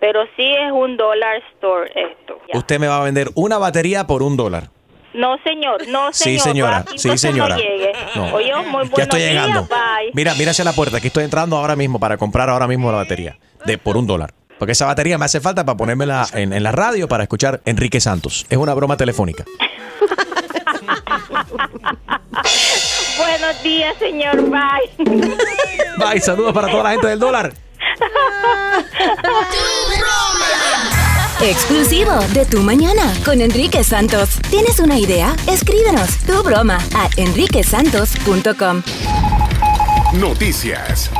[SPEAKER 7] Pero sí es un dollar store esto. ya.
[SPEAKER 3] Usted me va a vender una batería por un dólar.
[SPEAKER 7] No, señor, no, señor.
[SPEAKER 3] Sí, señora,
[SPEAKER 7] va,
[SPEAKER 3] sí,
[SPEAKER 7] entonces
[SPEAKER 3] señora.
[SPEAKER 7] No llegue.
[SPEAKER 3] No.
[SPEAKER 7] Oye, muy Pues buenos
[SPEAKER 3] ya estoy
[SPEAKER 7] días,
[SPEAKER 3] llegando.
[SPEAKER 7] bye.
[SPEAKER 3] Mira, mira hacia la puerta. Aquí estoy entrando ahora mismo para comprar ahora mismo la batería. De por un dólar. Porque esa batería me hace falta para ponérmela en, en la radio para escuchar Enrique Santos. Es una broma telefónica.
[SPEAKER 7] Buenos días, señor. Bye.
[SPEAKER 3] Bye, saludos para toda la gente del dólar.
[SPEAKER 19] Exclusivo de Tu Mañana con Enrique Santos. ¿Tienes una idea? Escríbenos tu broma a enriquesantos.com.
[SPEAKER 3] Noticias.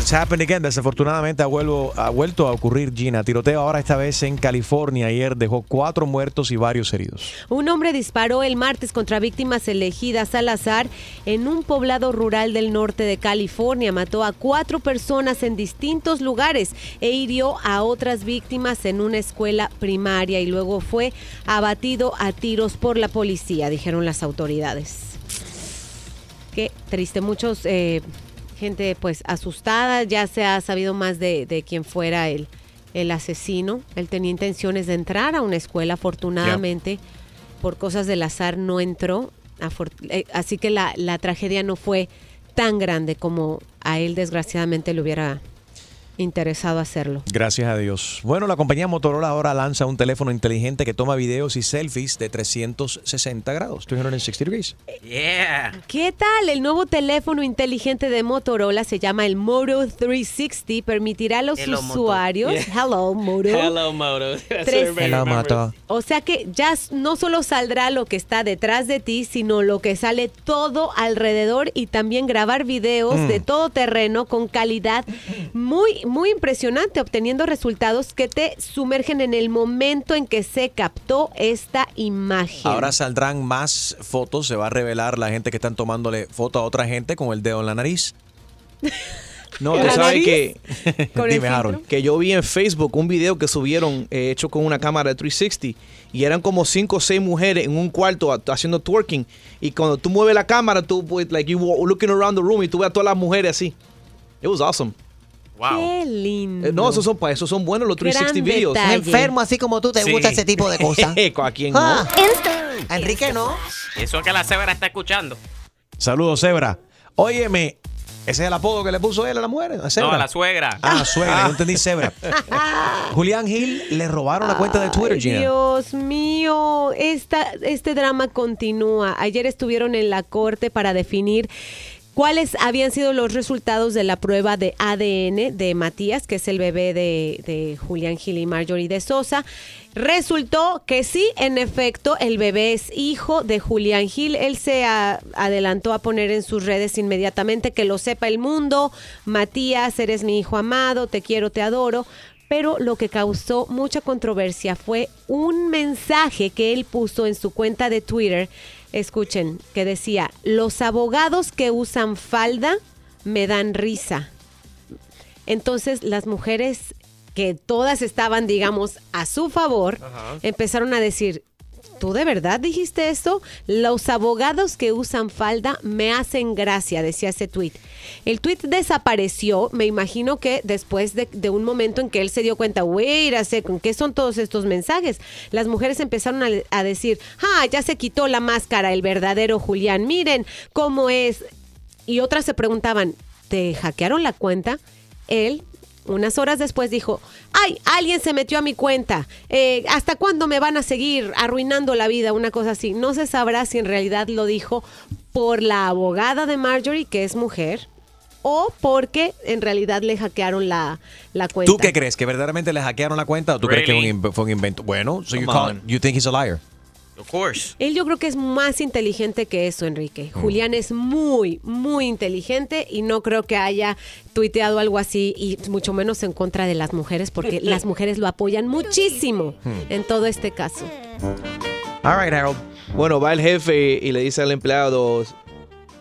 [SPEAKER 3] It's happened again. Desafortunadamente ha, vuelvo- ha vuelto a ocurrir Gina. Tiroteo ahora esta vez en California. Ayer dejó cuatro muertos y varios heridos.
[SPEAKER 4] Un hombre disparó el martes contra víctimas elegidas al azar en un poblado rural del norte de California. Mató a cuatro personas en distintos lugares e hirió a otras víctimas en una escuela primaria y luego fue abatido a tiros por la policía, dijeron las autoridades. Qué triste, muchos eh, gente pues asustada, ya se ha sabido más de, de quién fuera el, el asesino. Él tenía intenciones de entrar a una escuela, afortunadamente, por cosas del azar no entró. Afor- eh, Así que la, la tragedia no fue tan grande como a él desgraciadamente le hubiera interesado hacerlo.
[SPEAKER 3] Gracias a Dios. Bueno, la compañía Motorola ahora lanza un teléfono inteligente que toma videos y selfies de 360 grados. 360 degrees.
[SPEAKER 5] Yeah.
[SPEAKER 4] ¿Qué tal? El nuevo teléfono inteligente de Motorola se llama el Moto 360. Permitirá a los
[SPEAKER 6] Hello, Moto.
[SPEAKER 4] usuarios.
[SPEAKER 6] Yeah.
[SPEAKER 4] Hello, Moto.
[SPEAKER 6] Hello, Moto.
[SPEAKER 4] Tres-
[SPEAKER 6] That's everybody
[SPEAKER 4] Hello,
[SPEAKER 6] remembers.
[SPEAKER 3] Moto.
[SPEAKER 4] O sea que ya s- no solo saldrá lo que está detrás de ti, sino lo que sale todo alrededor y también grabar videos
[SPEAKER 12] Mm.
[SPEAKER 4] de todo terreno con calidad muy, muy impresionante, obteniendo resultados que te sumergen en el momento en que se captó esta imagen.
[SPEAKER 3] Ahora saldrán más fotos, se va a revelar la gente que están tomándole foto a otra gente con el dedo en la nariz.
[SPEAKER 8] No,
[SPEAKER 3] ¿Con
[SPEAKER 8] tú
[SPEAKER 3] la
[SPEAKER 8] sabes
[SPEAKER 3] nariz?
[SPEAKER 8] que.
[SPEAKER 3] ¿Con el Dime, filtro? Harold.
[SPEAKER 8] Que yo vi en Facebook un video que subieron eh, hecho con una cámara de 360 y eran como cinco o seis mujeres en un cuarto a- haciendo twerking. Y cuando tú mueves la cámara, tú, pues, like, you were looking around the room y tú ves a todas las mujeres así. It was awesome.
[SPEAKER 4] Qué lindo.
[SPEAKER 8] Eh, no, esos son, pa- esos son buenos los 360
[SPEAKER 4] Gran
[SPEAKER 8] videos.
[SPEAKER 4] detalle. Enfermo
[SPEAKER 21] así como tú, te gusta ese tipo de cosas.
[SPEAKER 8] ¿A quién no?
[SPEAKER 21] Ah, a Enrique no.
[SPEAKER 5] Eso que la cebra está escuchando.
[SPEAKER 3] Saludos, Zebra. Óyeme, ese es el apodo que le puso él a la mujer. A Zebra.
[SPEAKER 5] No, a la suegra.
[SPEAKER 3] Ah, suegra, no entendí Zebra. Julián Gil le robaron la cuenta de Twitter, Gina.
[SPEAKER 4] Dios mío, esta, este drama continúa. Ayer estuvieron en la corte para definir cuáles habían sido los resultados de la prueba de ADN de Matías, que es el bebé de, de Julián Gil y Marjorie de Sosa. Resultó que sí, en efecto, el bebé es hijo de Julián Gil. Él se ah, adelantó a poner en sus redes inmediatamente que lo sepa el mundo. Matías, eres mi hijo amado, te quiero, te adoro. Pero lo que causó mucha controversia fue un mensaje que él puso en su cuenta de Twitter. Escuchen, que decía, los abogados que usan falda me dan risa. Entonces las mujeres que todas estaban, digamos, a su favor,
[SPEAKER 16] Ajá.
[SPEAKER 4] empezaron a decir, ¿tú de verdad dijiste eso? Los abogados que usan falda me hacen gracia, decía ese tuit. El tuit desapareció, me imagino que después de, de un momento en que él se dio cuenta, wait a second, ¿qué son todos estos mensajes? Las mujeres empezaron a, a decir, ah, ya se quitó la máscara el verdadero Julián, miren cómo es. Y otras se preguntaban, ¿te hackearon la cuenta? Él, unas horas después, dijo, ay, alguien se metió a mi cuenta. Eh, ¿Hasta cuándo me van a seguir arruinando la vida? Una cosa así. No se sabrá si en realidad lo dijo por la abogada de Marjorie, que es mujer, o porque en realidad le hackearon la, la cuenta.
[SPEAKER 3] ¿Tú qué crees? ¿Que verdaderamente le hackearon la cuenta o tú crees que
[SPEAKER 5] Really?
[SPEAKER 3] fue un inv- fue un invento? Bueno, so you,
[SPEAKER 5] Come
[SPEAKER 3] call- you think he's a liar.
[SPEAKER 5] Of course.
[SPEAKER 4] Él yo creo que es más inteligente que eso, Enrique.
[SPEAKER 3] Mm.
[SPEAKER 4] Julián es muy, muy inteligente y no creo que haya tuiteado algo así y mucho menos en contra de las mujeres porque las mujeres lo apoyan muchísimo
[SPEAKER 8] Hmm.
[SPEAKER 4] en todo este caso.
[SPEAKER 8] All right, Harold. Bueno, va el jefe y le dice al empleado,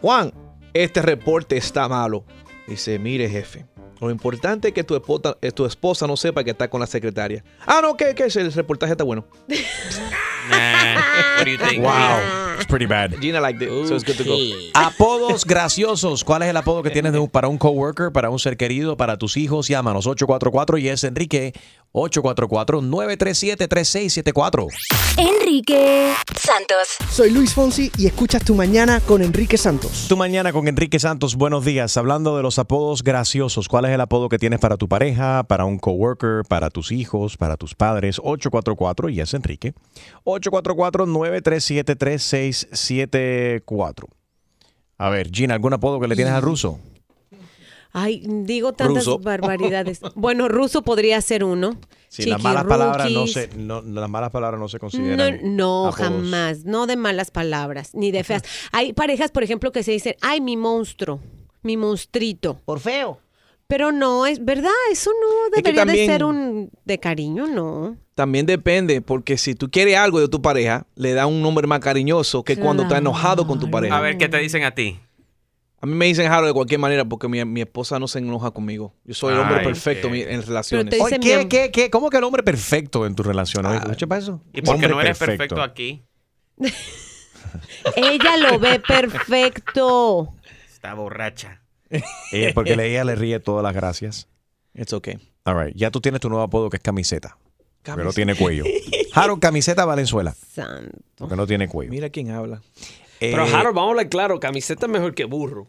[SPEAKER 8] Juan, este reporte está malo. Dice, mire jefe, lo importante es que tu esposa, eh, tu esposa no sepa que está con la secretaria. Ah, no, que el reportaje está bueno.
[SPEAKER 5] Nah, what do you think?
[SPEAKER 3] it's pretty bad.
[SPEAKER 8] Gina liked it, so it's good to go.
[SPEAKER 5] Okay.
[SPEAKER 3] Apodos graciosos. ¿Cuál es el apodo que tienes de un- para un coworker, para un ser querido, para tus hijos? Llámanos 844 y es Enrique 844 937 3674.
[SPEAKER 19] Enrique Santos.
[SPEAKER 18] Soy Luis Fonsi y escuchas Tu Mañana con Enrique Santos.
[SPEAKER 3] Tu mañana con Enrique Santos. Buenos días. Hablando de los apodos graciosos, ¿cuál es el apodo que tienes para tu pareja, para un coworker, para tus hijos, para tus padres? 844 y es Enrique. 844 937 3674. A ver, Gina, ¿algún apodo que le tienes al ruso?
[SPEAKER 4] Ay, digo tantas
[SPEAKER 3] Ruso.
[SPEAKER 4] barbaridades. Bueno, ruso podría ser uno.
[SPEAKER 3] Sí, las malas palabras no
[SPEAKER 4] Chiquirruquis.
[SPEAKER 3] se, no- las malas palabras no se
[SPEAKER 4] No,
[SPEAKER 3] consideran.
[SPEAKER 4] no
[SPEAKER 3] apodos.
[SPEAKER 4] jamás. No de malas palabras, ni de feas. Hay parejas, por ejemplo, que se dicen, ay, mi monstruo, mi monstrito.
[SPEAKER 21] Por feo.
[SPEAKER 4] Pero no, es verdad, eso no
[SPEAKER 8] que
[SPEAKER 4] debería
[SPEAKER 8] también-
[SPEAKER 4] de ser un de cariño, no.
[SPEAKER 8] También depende, porque si tú quieres algo de tu pareja, le da un nombre más cariñoso que cuando está enojado con tu pareja.
[SPEAKER 5] A ver qué te dicen a ti.
[SPEAKER 8] A mí me dicen Harold de cualquier manera porque mi, mi esposa no se enoja conmigo. Yo soy el hombre
[SPEAKER 5] Ay,
[SPEAKER 8] perfecto
[SPEAKER 5] ok.
[SPEAKER 3] eh.
[SPEAKER 8] mi- en relaciones. Ah,
[SPEAKER 5] Pero te dicen,
[SPEAKER 8] Oye,
[SPEAKER 5] mi am-
[SPEAKER 3] ¿Qué, qué? ¿Cómo que el hombre perfecto en tu relación? ¿Qué pasa?
[SPEAKER 5] Y porque no eres perfecto, aquí.
[SPEAKER 4] Ella lo ve perfecto.
[SPEAKER 5] Está borracha.
[SPEAKER 3] Eh, Ella, porque ella le ríe todas las gracias.
[SPEAKER 8] It's okay.
[SPEAKER 3] All right, ya tú tienes tu nuevo apodo que es camiseta. Porque no tiene cuello. Harold Camiseta Valenzuela. Porque no tiene cuello.
[SPEAKER 8] Mira quién habla.
[SPEAKER 6] Pero
[SPEAKER 3] Eh,
[SPEAKER 6] Harold, vamos a hablar claro, camiseta es mejor que burro.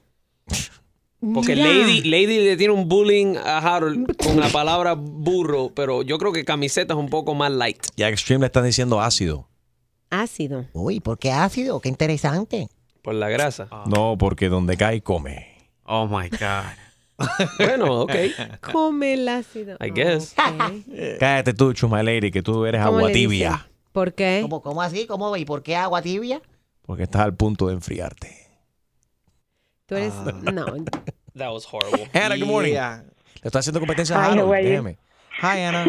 [SPEAKER 6] Porque
[SPEAKER 8] Ya.
[SPEAKER 6] Lady, Lady le tiene un bullying a Harold con la palabra burro, pero yo creo que camiseta es un poco más light.
[SPEAKER 3] Ya Extreme le están diciendo ácido.
[SPEAKER 4] Ácido.
[SPEAKER 21] Uy, ¿por qué ácido? Qué interesante.
[SPEAKER 6] Por la grasa.
[SPEAKER 3] No, porque donde cae, come.
[SPEAKER 5] Oh my God.
[SPEAKER 6] bueno, ok.
[SPEAKER 4] Come el ácido.
[SPEAKER 3] I guess.
[SPEAKER 4] Ok.
[SPEAKER 3] Cállate tú, Chuma Lady, que tú eres
[SPEAKER 4] ¿Cómo le
[SPEAKER 3] agua tibia.
[SPEAKER 4] dicen? ¿Por qué?
[SPEAKER 21] ¿Cómo, cómo así? ¿Cómo? ¿Y por qué agua tibia?
[SPEAKER 3] Porque estás al punto de enfriarte.
[SPEAKER 4] Tú eres.
[SPEAKER 14] Ah.
[SPEAKER 4] No.
[SPEAKER 6] That was horrible.
[SPEAKER 3] Hannah, good morning.
[SPEAKER 6] Yeah.
[SPEAKER 3] Le estoy haciendo competencia
[SPEAKER 4] Hi,
[SPEAKER 3] a Harold.
[SPEAKER 4] how are you?
[SPEAKER 3] déjame. Hi, Ana.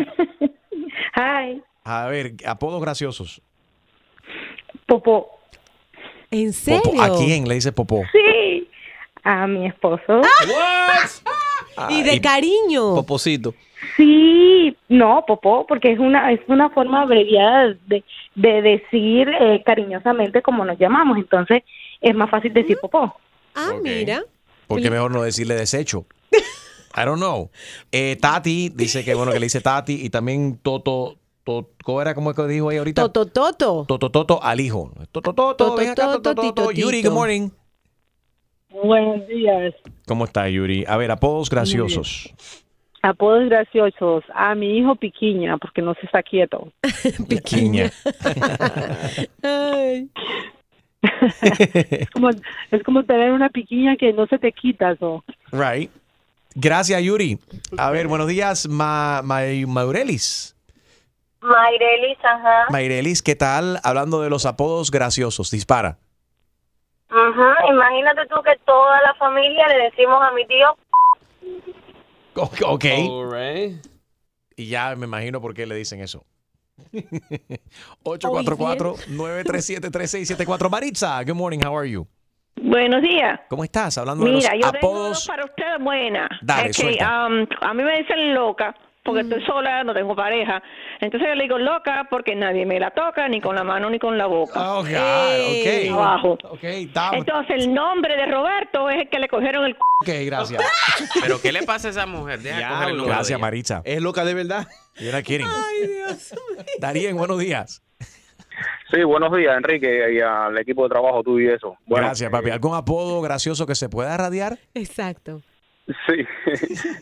[SPEAKER 12] Hi,
[SPEAKER 3] A ver, apodos graciosos.
[SPEAKER 12] Popó.
[SPEAKER 4] ¿En
[SPEAKER 3] Popó. ¿A quién le dices popó?
[SPEAKER 12] Sí, a mi esposo.
[SPEAKER 4] Ah,
[SPEAKER 3] Ah,
[SPEAKER 4] Y de cariño.
[SPEAKER 8] Poposito.
[SPEAKER 12] Sí, no, Popó, porque es una es una forma abreviada de, de decir eh, cariñosamente como nos llamamos, entonces es más fácil decir Popó.
[SPEAKER 4] Ah, mira.
[SPEAKER 3] Porque mejor no decirle desecho. I don't know. Eh, Tati dice que bueno que le dice Tati y también Toto. Toto ¿Cómo era como que dijo ella ahorita?
[SPEAKER 4] Toto Toto.
[SPEAKER 3] Toto Toto al hijo. Toto Toto. ven acá, Toto Toto. Yuri, good morning.
[SPEAKER 16] Buenos días.
[SPEAKER 3] ¿Cómo está Yuri? A ver, apodos graciosos.
[SPEAKER 16] Apodos graciosos. A mi hijo Piquiña, porque no se está quieto.
[SPEAKER 3] Piquiña.
[SPEAKER 16] es, como, es como tener una piquiña que no se te quita, so.
[SPEAKER 3] Right. Gracias, Yuri. A ver, buenos días, Ma- Ma- Maurelis.
[SPEAKER 12] Mayrelis, ajá.
[SPEAKER 4] Ah.
[SPEAKER 3] Mairelis, ¿qué tal? Hablando de los apodos graciosos, dispara.
[SPEAKER 12] Ajá, imagínate tú que toda la familia le decimos a mi tío.
[SPEAKER 3] O- Ok. Y ya me imagino por qué le dicen eso. 844-937-3674. Maritza, good morning, how are you?
[SPEAKER 17] Buenos días.
[SPEAKER 3] ¿Cómo estás? Hablando
[SPEAKER 17] Mira,
[SPEAKER 3] de
[SPEAKER 17] yo
[SPEAKER 3] los
[SPEAKER 17] tengo
[SPEAKER 3] apodos.
[SPEAKER 17] uno para ustedes buena.
[SPEAKER 3] Dale,
[SPEAKER 17] Es que,
[SPEAKER 3] suelta.
[SPEAKER 17] um, a mí me dicen loca porque
[SPEAKER 16] Mm.
[SPEAKER 17] estoy sola, no tengo pareja. Entonces yo le digo loca porque nadie me la toca ni con la mano ni con la boca.
[SPEAKER 3] Oh, God,
[SPEAKER 17] Ey.
[SPEAKER 3] ok.
[SPEAKER 17] Abajo.
[SPEAKER 3] Ok, da-
[SPEAKER 17] Entonces el nombre de Roberto es el que le cogieron el c
[SPEAKER 3] ok, gracias.
[SPEAKER 5] Pero ¿qué le pasa a esa mujer? Deja coger el número de
[SPEAKER 3] Gracias,
[SPEAKER 5] ella.
[SPEAKER 3] Maritza.
[SPEAKER 8] Ah, Es loca de verdad.
[SPEAKER 3] You're not kidding. Darien, buenos días.
[SPEAKER 20] Sí, buenos días, Enrique, y al equipo de trabajo tuyo y eso. Bueno,
[SPEAKER 3] Gracias, papi. ¿Algún apodo gracioso que se pueda radiar?
[SPEAKER 4] Exacto.
[SPEAKER 20] Sí,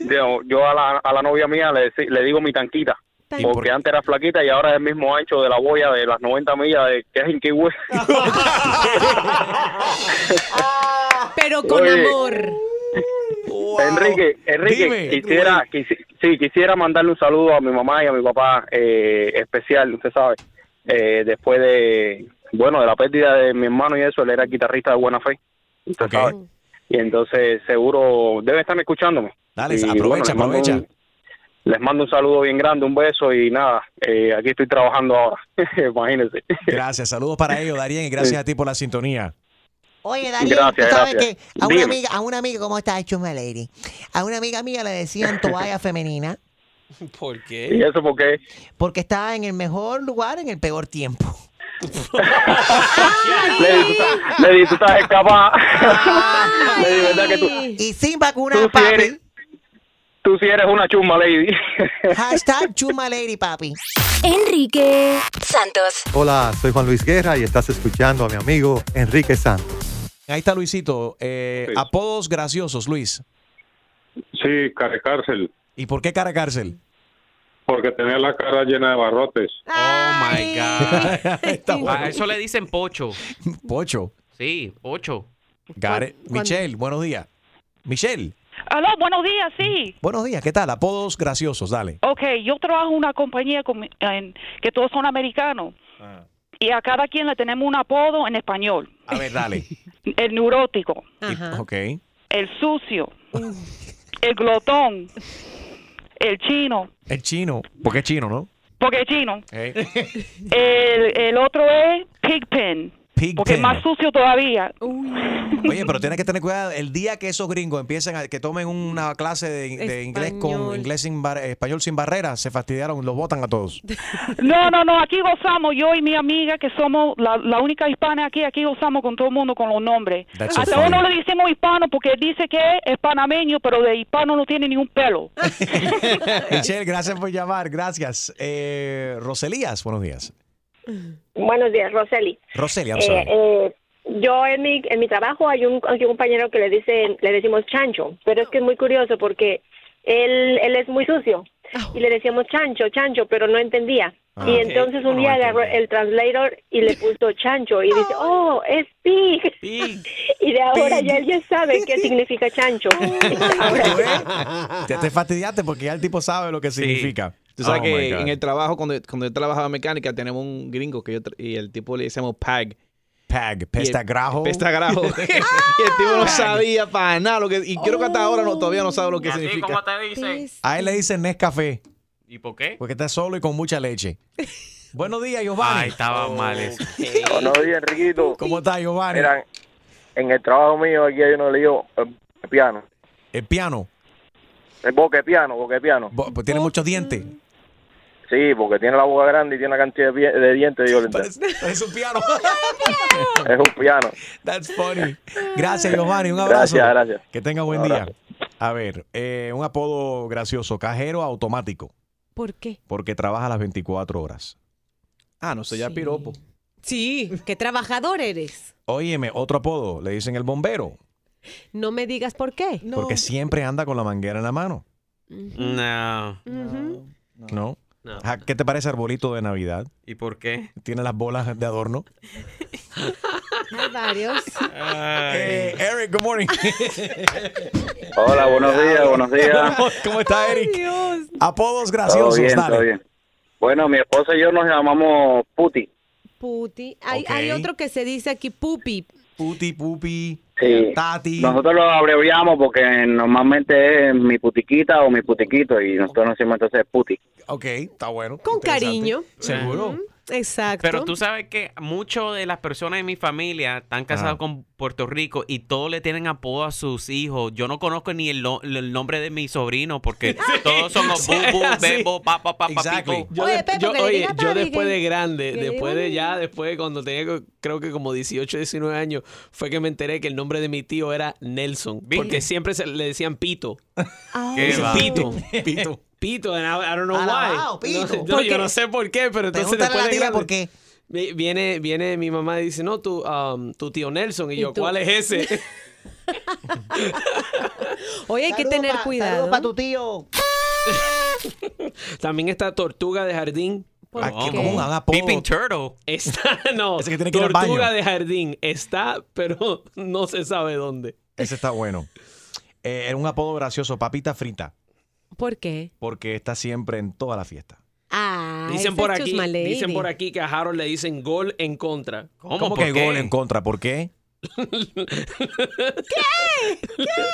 [SPEAKER 20] yo, yo a, la, a la novia mía le, deci- le digo mi tanquita.
[SPEAKER 4] Tanquita.
[SPEAKER 20] Porque antes era flaquita y ahora es el mismo ancho de la boya de las 90 millas de que es en Kiwi.
[SPEAKER 4] Pero con
[SPEAKER 20] Oye.
[SPEAKER 4] amor.
[SPEAKER 20] Enrique, Enrique,
[SPEAKER 4] Dime.
[SPEAKER 20] quisiera, quisi- sí, quisiera mandarle un saludo a mi mamá y a mi papá eh, especial, usted sabe, eh, después de, bueno, de la pérdida de mi hermano y eso, él era guitarrista de Buena Fe, usted sabe. Y entonces seguro debe estar escuchándome.
[SPEAKER 3] Dale,
[SPEAKER 20] Y,
[SPEAKER 3] aprovecha,
[SPEAKER 20] les mando
[SPEAKER 3] aprovecha.
[SPEAKER 20] un- les mando un saludo bien grande, un beso y nada, eh, aquí estoy trabajando ahora, imagínense.
[SPEAKER 3] Gracias, saludos para ellos, Darien, y gracias a ti por la sintonía.
[SPEAKER 21] Oye, Darío,
[SPEAKER 3] Gracias,
[SPEAKER 21] tú sabes
[SPEAKER 3] gracias.
[SPEAKER 21] que a una,
[SPEAKER 3] Dime.
[SPEAKER 21] amiga, a una amiga, ¿cómo estás, Chuma Lady? A una amiga mía le decían toalla femenina
[SPEAKER 6] ¿Por qué?
[SPEAKER 20] ¿Y eso por qué?
[SPEAKER 21] porque estaba en el mejor lugar en el peor tiempo.
[SPEAKER 20] Lady, tú estás- Lady, tú estás escapada. Lady, "Ah". ¿verdad que tú,
[SPEAKER 21] Y sin vacuna,
[SPEAKER 20] tú, sí
[SPEAKER 21] papi.
[SPEAKER 20] eres, tú sí eres una chuma, Lady.
[SPEAKER 21] Hashtag Chuma Lady, papi.
[SPEAKER 19] Enrique Santos.
[SPEAKER 26] Hola, soy Juan Luis Guerra y estás escuchando a mi amigo Enrique Santos.
[SPEAKER 3] Ahí está Luisito. Eh, Apodos graciosos, Luis.
[SPEAKER 27] Sí, cara de cárcel,
[SPEAKER 3] ¿Y por qué cara a cárcel?
[SPEAKER 27] porque tenía la cara llena de barrotes.
[SPEAKER 5] Oh my
[SPEAKER 8] Ah.
[SPEAKER 5] God.
[SPEAKER 3] Está
[SPEAKER 5] A eso le dicen pocho.
[SPEAKER 3] Pocho.
[SPEAKER 5] Sí, pocho.
[SPEAKER 3] Got it. Michelle, buenos días. Michelle,
[SPEAKER 27] Aló, buenos días, sí.
[SPEAKER 3] buenos días. ¿Qué tal? Apodos graciosos, dale.
[SPEAKER 27] Ok, yo trabajo en una compañía con- en- que todos son americanos y a cada quien le tenemos un apodo en español.
[SPEAKER 3] A ver, dale.
[SPEAKER 27] El neurótico,
[SPEAKER 3] Ok.
[SPEAKER 27] el sucio, el glotón, el chino,
[SPEAKER 3] El chino, porque es chino, ¿no?
[SPEAKER 27] porque es chino.
[SPEAKER 3] Hey.
[SPEAKER 27] El, el otro es Pigpen. Porque es más sucio todavía.
[SPEAKER 3] Oye, pero tienes que tener cuidado. El día que esos gringos empiecen a que tomen una clase de, de inglés con inglés sin bar- español sin barreras, se fastidiaron, los botan a todos.
[SPEAKER 27] No, no, no, aquí gozamos, yo y mi amiga, que somos la, la única hispana aquí, aquí gozamos con todo el mundo con los nombres.
[SPEAKER 3] That's so
[SPEAKER 27] Hasta
[SPEAKER 3] funny.
[SPEAKER 27] uno le decimos hispano porque dice que es panameño, pero de hispano no tiene ni un pelo.
[SPEAKER 3] Michelle, gracias por llamar, gracias. Eh, Roselías, buenos días.
[SPEAKER 16] Buenos días, Roseli.
[SPEAKER 3] Roselia, I'm
[SPEAKER 16] Eh,
[SPEAKER 3] sorry.
[SPEAKER 16] eh, yo en mi, en mi trabajo hay un, hay un compañero que le dicen, le decimos chancho, pero es que es muy curioso porque él, él es muy sucio
[SPEAKER 4] Oh.
[SPEAKER 16] y le decíamos chancho, chancho, pero no entendía.
[SPEAKER 7] Ah,
[SPEAKER 16] y
[SPEAKER 7] ok.
[SPEAKER 16] entonces un
[SPEAKER 7] No
[SPEAKER 16] día
[SPEAKER 7] entendía.
[SPEAKER 16] agarró el translator y le puso chancho y dice, oh, es pig. y de ahora ya él ya sabe qué significa chancho.
[SPEAKER 3] Te, te fastidiaste porque ya el tipo sabe lo que significa.
[SPEAKER 8] Tú sabes
[SPEAKER 3] Oh, my
[SPEAKER 8] que
[SPEAKER 3] God.
[SPEAKER 8] en el trabajo, cuando, cuando yo trabajaba en mecánica, tenemos un gringo que yo tra- y el tipo le decíamos PAG.
[SPEAKER 3] PAG, pestagrajo.
[SPEAKER 8] Pestagrajo. y el tipo no sabía para nada lo que. Y creo que hasta ahora no, todavía no sabe lo que significa.
[SPEAKER 5] te dicen?
[SPEAKER 4] Pues,
[SPEAKER 3] A él le dicen Nescafé.
[SPEAKER 5] ¿Y por qué?
[SPEAKER 3] Porque está solo y con mucha leche. Buenos días, Giovanni.
[SPEAKER 5] Ay, estaba
[SPEAKER 4] Oh.
[SPEAKER 5] mal eso.
[SPEAKER 12] Buenos días, Enriquito.
[SPEAKER 3] ¿Cómo estás, Giovanni?
[SPEAKER 12] Mira, en el trabajo mío aquí hay uno que le digo eh, piano.
[SPEAKER 3] El piano.
[SPEAKER 12] El boque piano, boque piano.
[SPEAKER 3] Bo- pues tiene muchos dientes.
[SPEAKER 12] Sí, porque tiene la boca grande y tiene una cantidad de, pie- de dientes. Yo le entiendo.
[SPEAKER 3] Es un piano.
[SPEAKER 12] es un piano.
[SPEAKER 3] That's funny. Gracias, Giovanni. Un abrazo.
[SPEAKER 12] Gracias, gracias.
[SPEAKER 3] Que tenga buen
[SPEAKER 12] Un
[SPEAKER 3] día.
[SPEAKER 12] abrazo.
[SPEAKER 3] A ver, eh, un apodo gracioso, cajero automático,
[SPEAKER 4] ¿Por qué?
[SPEAKER 3] porque trabaja las 24 horas.
[SPEAKER 8] Ah, no sé, ya
[SPEAKER 4] Sí.
[SPEAKER 8] piropo.
[SPEAKER 4] Sí, qué trabajador eres.
[SPEAKER 3] Óyeme, otro apodo, le dicen el bombero,
[SPEAKER 4] No me digas por qué.
[SPEAKER 3] porque siempre anda con la manguera en la mano,
[SPEAKER 5] No.
[SPEAKER 4] Ujú.
[SPEAKER 3] ¿no?
[SPEAKER 5] No.
[SPEAKER 3] Ah, ¿Qué te parece arbolito de Navidad?
[SPEAKER 5] ¿Y por qué?
[SPEAKER 3] Tiene las bolas de adorno.
[SPEAKER 4] Hay varios.
[SPEAKER 3] Eh, Eric, good morning.
[SPEAKER 14] Hola, buenos días, buenos días.
[SPEAKER 3] ¿Cómo, cómo está Eric?
[SPEAKER 4] Pues,
[SPEAKER 3] Apodos graciosos,
[SPEAKER 14] todo bien,
[SPEAKER 3] dale.
[SPEAKER 14] todo bien. Bueno, mi esposa y yo nos llamamos Puti.
[SPEAKER 4] Puti. Hay,
[SPEAKER 14] Ok.
[SPEAKER 4] hay otro que se dice aquí, pupi.
[SPEAKER 3] Puti, pupi.
[SPEAKER 14] Sí.
[SPEAKER 3] Tati.
[SPEAKER 14] Nosotros lo abreviamos porque normalmente es mi putiquita o mi putiquito y nosotros nos decimos entonces Puti.
[SPEAKER 3] Ok, está bueno.
[SPEAKER 4] Con cariño.
[SPEAKER 5] Seguro.
[SPEAKER 4] Ujú, Exacto.
[SPEAKER 5] Pero tú sabes que muchas de las personas de mi familia están casadas
[SPEAKER 4] Ah.
[SPEAKER 5] con Puerto Rico y todos le tienen apodo a sus hijos. Yo no conozco ni el, no- el nombre de mi sobrino porque todos son los
[SPEAKER 6] Sí,
[SPEAKER 5] bubu,
[SPEAKER 6] así.
[SPEAKER 5] bebo, papá, papá, pico.
[SPEAKER 6] Yo, de- yo- oye, yo después de grande, después de ya, después de cuando tenía co- creo que como 18, 19 años, fue que me enteré que el nombre de mi tío era Nelson. Porque siempre se, le decían Pito.
[SPEAKER 5] Qué
[SPEAKER 6] Dicen
[SPEAKER 5] va.
[SPEAKER 6] Pito.
[SPEAKER 3] Pito.
[SPEAKER 6] Pito, and I, I don't know
[SPEAKER 14] Alabao,
[SPEAKER 6] why.
[SPEAKER 14] Pito.
[SPEAKER 6] No sé, yo-
[SPEAKER 14] Porque-
[SPEAKER 6] yo no sé por qué, pero entonces
[SPEAKER 14] Pregúntale a
[SPEAKER 6] después
[SPEAKER 14] la
[SPEAKER 6] de
[SPEAKER 14] tía
[SPEAKER 6] grande-
[SPEAKER 14] por qué.
[SPEAKER 6] Vi- Viene, viene mi mamá y dice, no, tu, um, tu tío Nelson. Y
[SPEAKER 4] ¿Y
[SPEAKER 6] yo,
[SPEAKER 4] tú?
[SPEAKER 6] ¿cuál es ese?
[SPEAKER 4] Oye, hay que
[SPEAKER 14] Saludos
[SPEAKER 4] tener
[SPEAKER 14] pa-
[SPEAKER 4] cuidado.
[SPEAKER 14] saludos pa' tu tío.
[SPEAKER 6] También está tortuga de jardín.
[SPEAKER 3] ¿Por Ah, qué? ¿cómo? Un apodo.
[SPEAKER 6] Peeping
[SPEAKER 5] turtle.
[SPEAKER 6] Está, no.
[SPEAKER 3] Ese que tiene que ir al
[SPEAKER 6] tortuga
[SPEAKER 3] baño.
[SPEAKER 6] de jardín está, pero no se sabe dónde.
[SPEAKER 3] Ese está bueno. Eh, era un apodo gracioso, papita frita,
[SPEAKER 4] ¿Por qué?
[SPEAKER 3] porque está siempre en toda la fiesta.
[SPEAKER 4] Ah,
[SPEAKER 6] Dicen
[SPEAKER 4] ese
[SPEAKER 6] por,
[SPEAKER 4] es
[SPEAKER 6] aquí,
[SPEAKER 4] Chusma Lady.
[SPEAKER 6] dicen por aquí que a Harold le dicen gol en contra.
[SPEAKER 3] ¿Cómo, que gol en contra? ¿Por qué?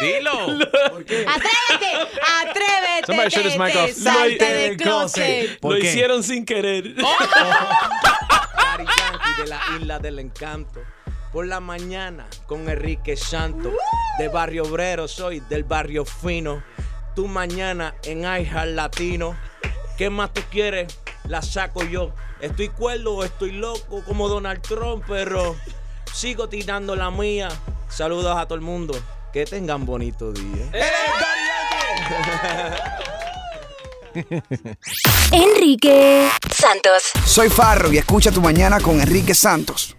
[SPEAKER 5] Dilo.
[SPEAKER 4] Atrévete, atrévete.
[SPEAKER 5] Somebody shut his mic off.
[SPEAKER 4] tete, Salte
[SPEAKER 5] Lo-
[SPEAKER 4] del closet.
[SPEAKER 6] Lo hicieron sin querer.
[SPEAKER 3] Oh,
[SPEAKER 28] Daddy Yankee de la isla del encanto. Por la mañana con Enrique Santo. De barrio obrero soy, del barrio fino. Tú mañana en iHeart Latino. ¿Qué más tú quieres? La saco yo. Estoy cuerdo, estoy loco como Donald Trump, pero sigo tirando la mía. Saludos a todo el mundo. Que tengan bonito día.
[SPEAKER 29] Enrique Santos.
[SPEAKER 19] Soy Farro y escucha tu mañana con Enrique Santos.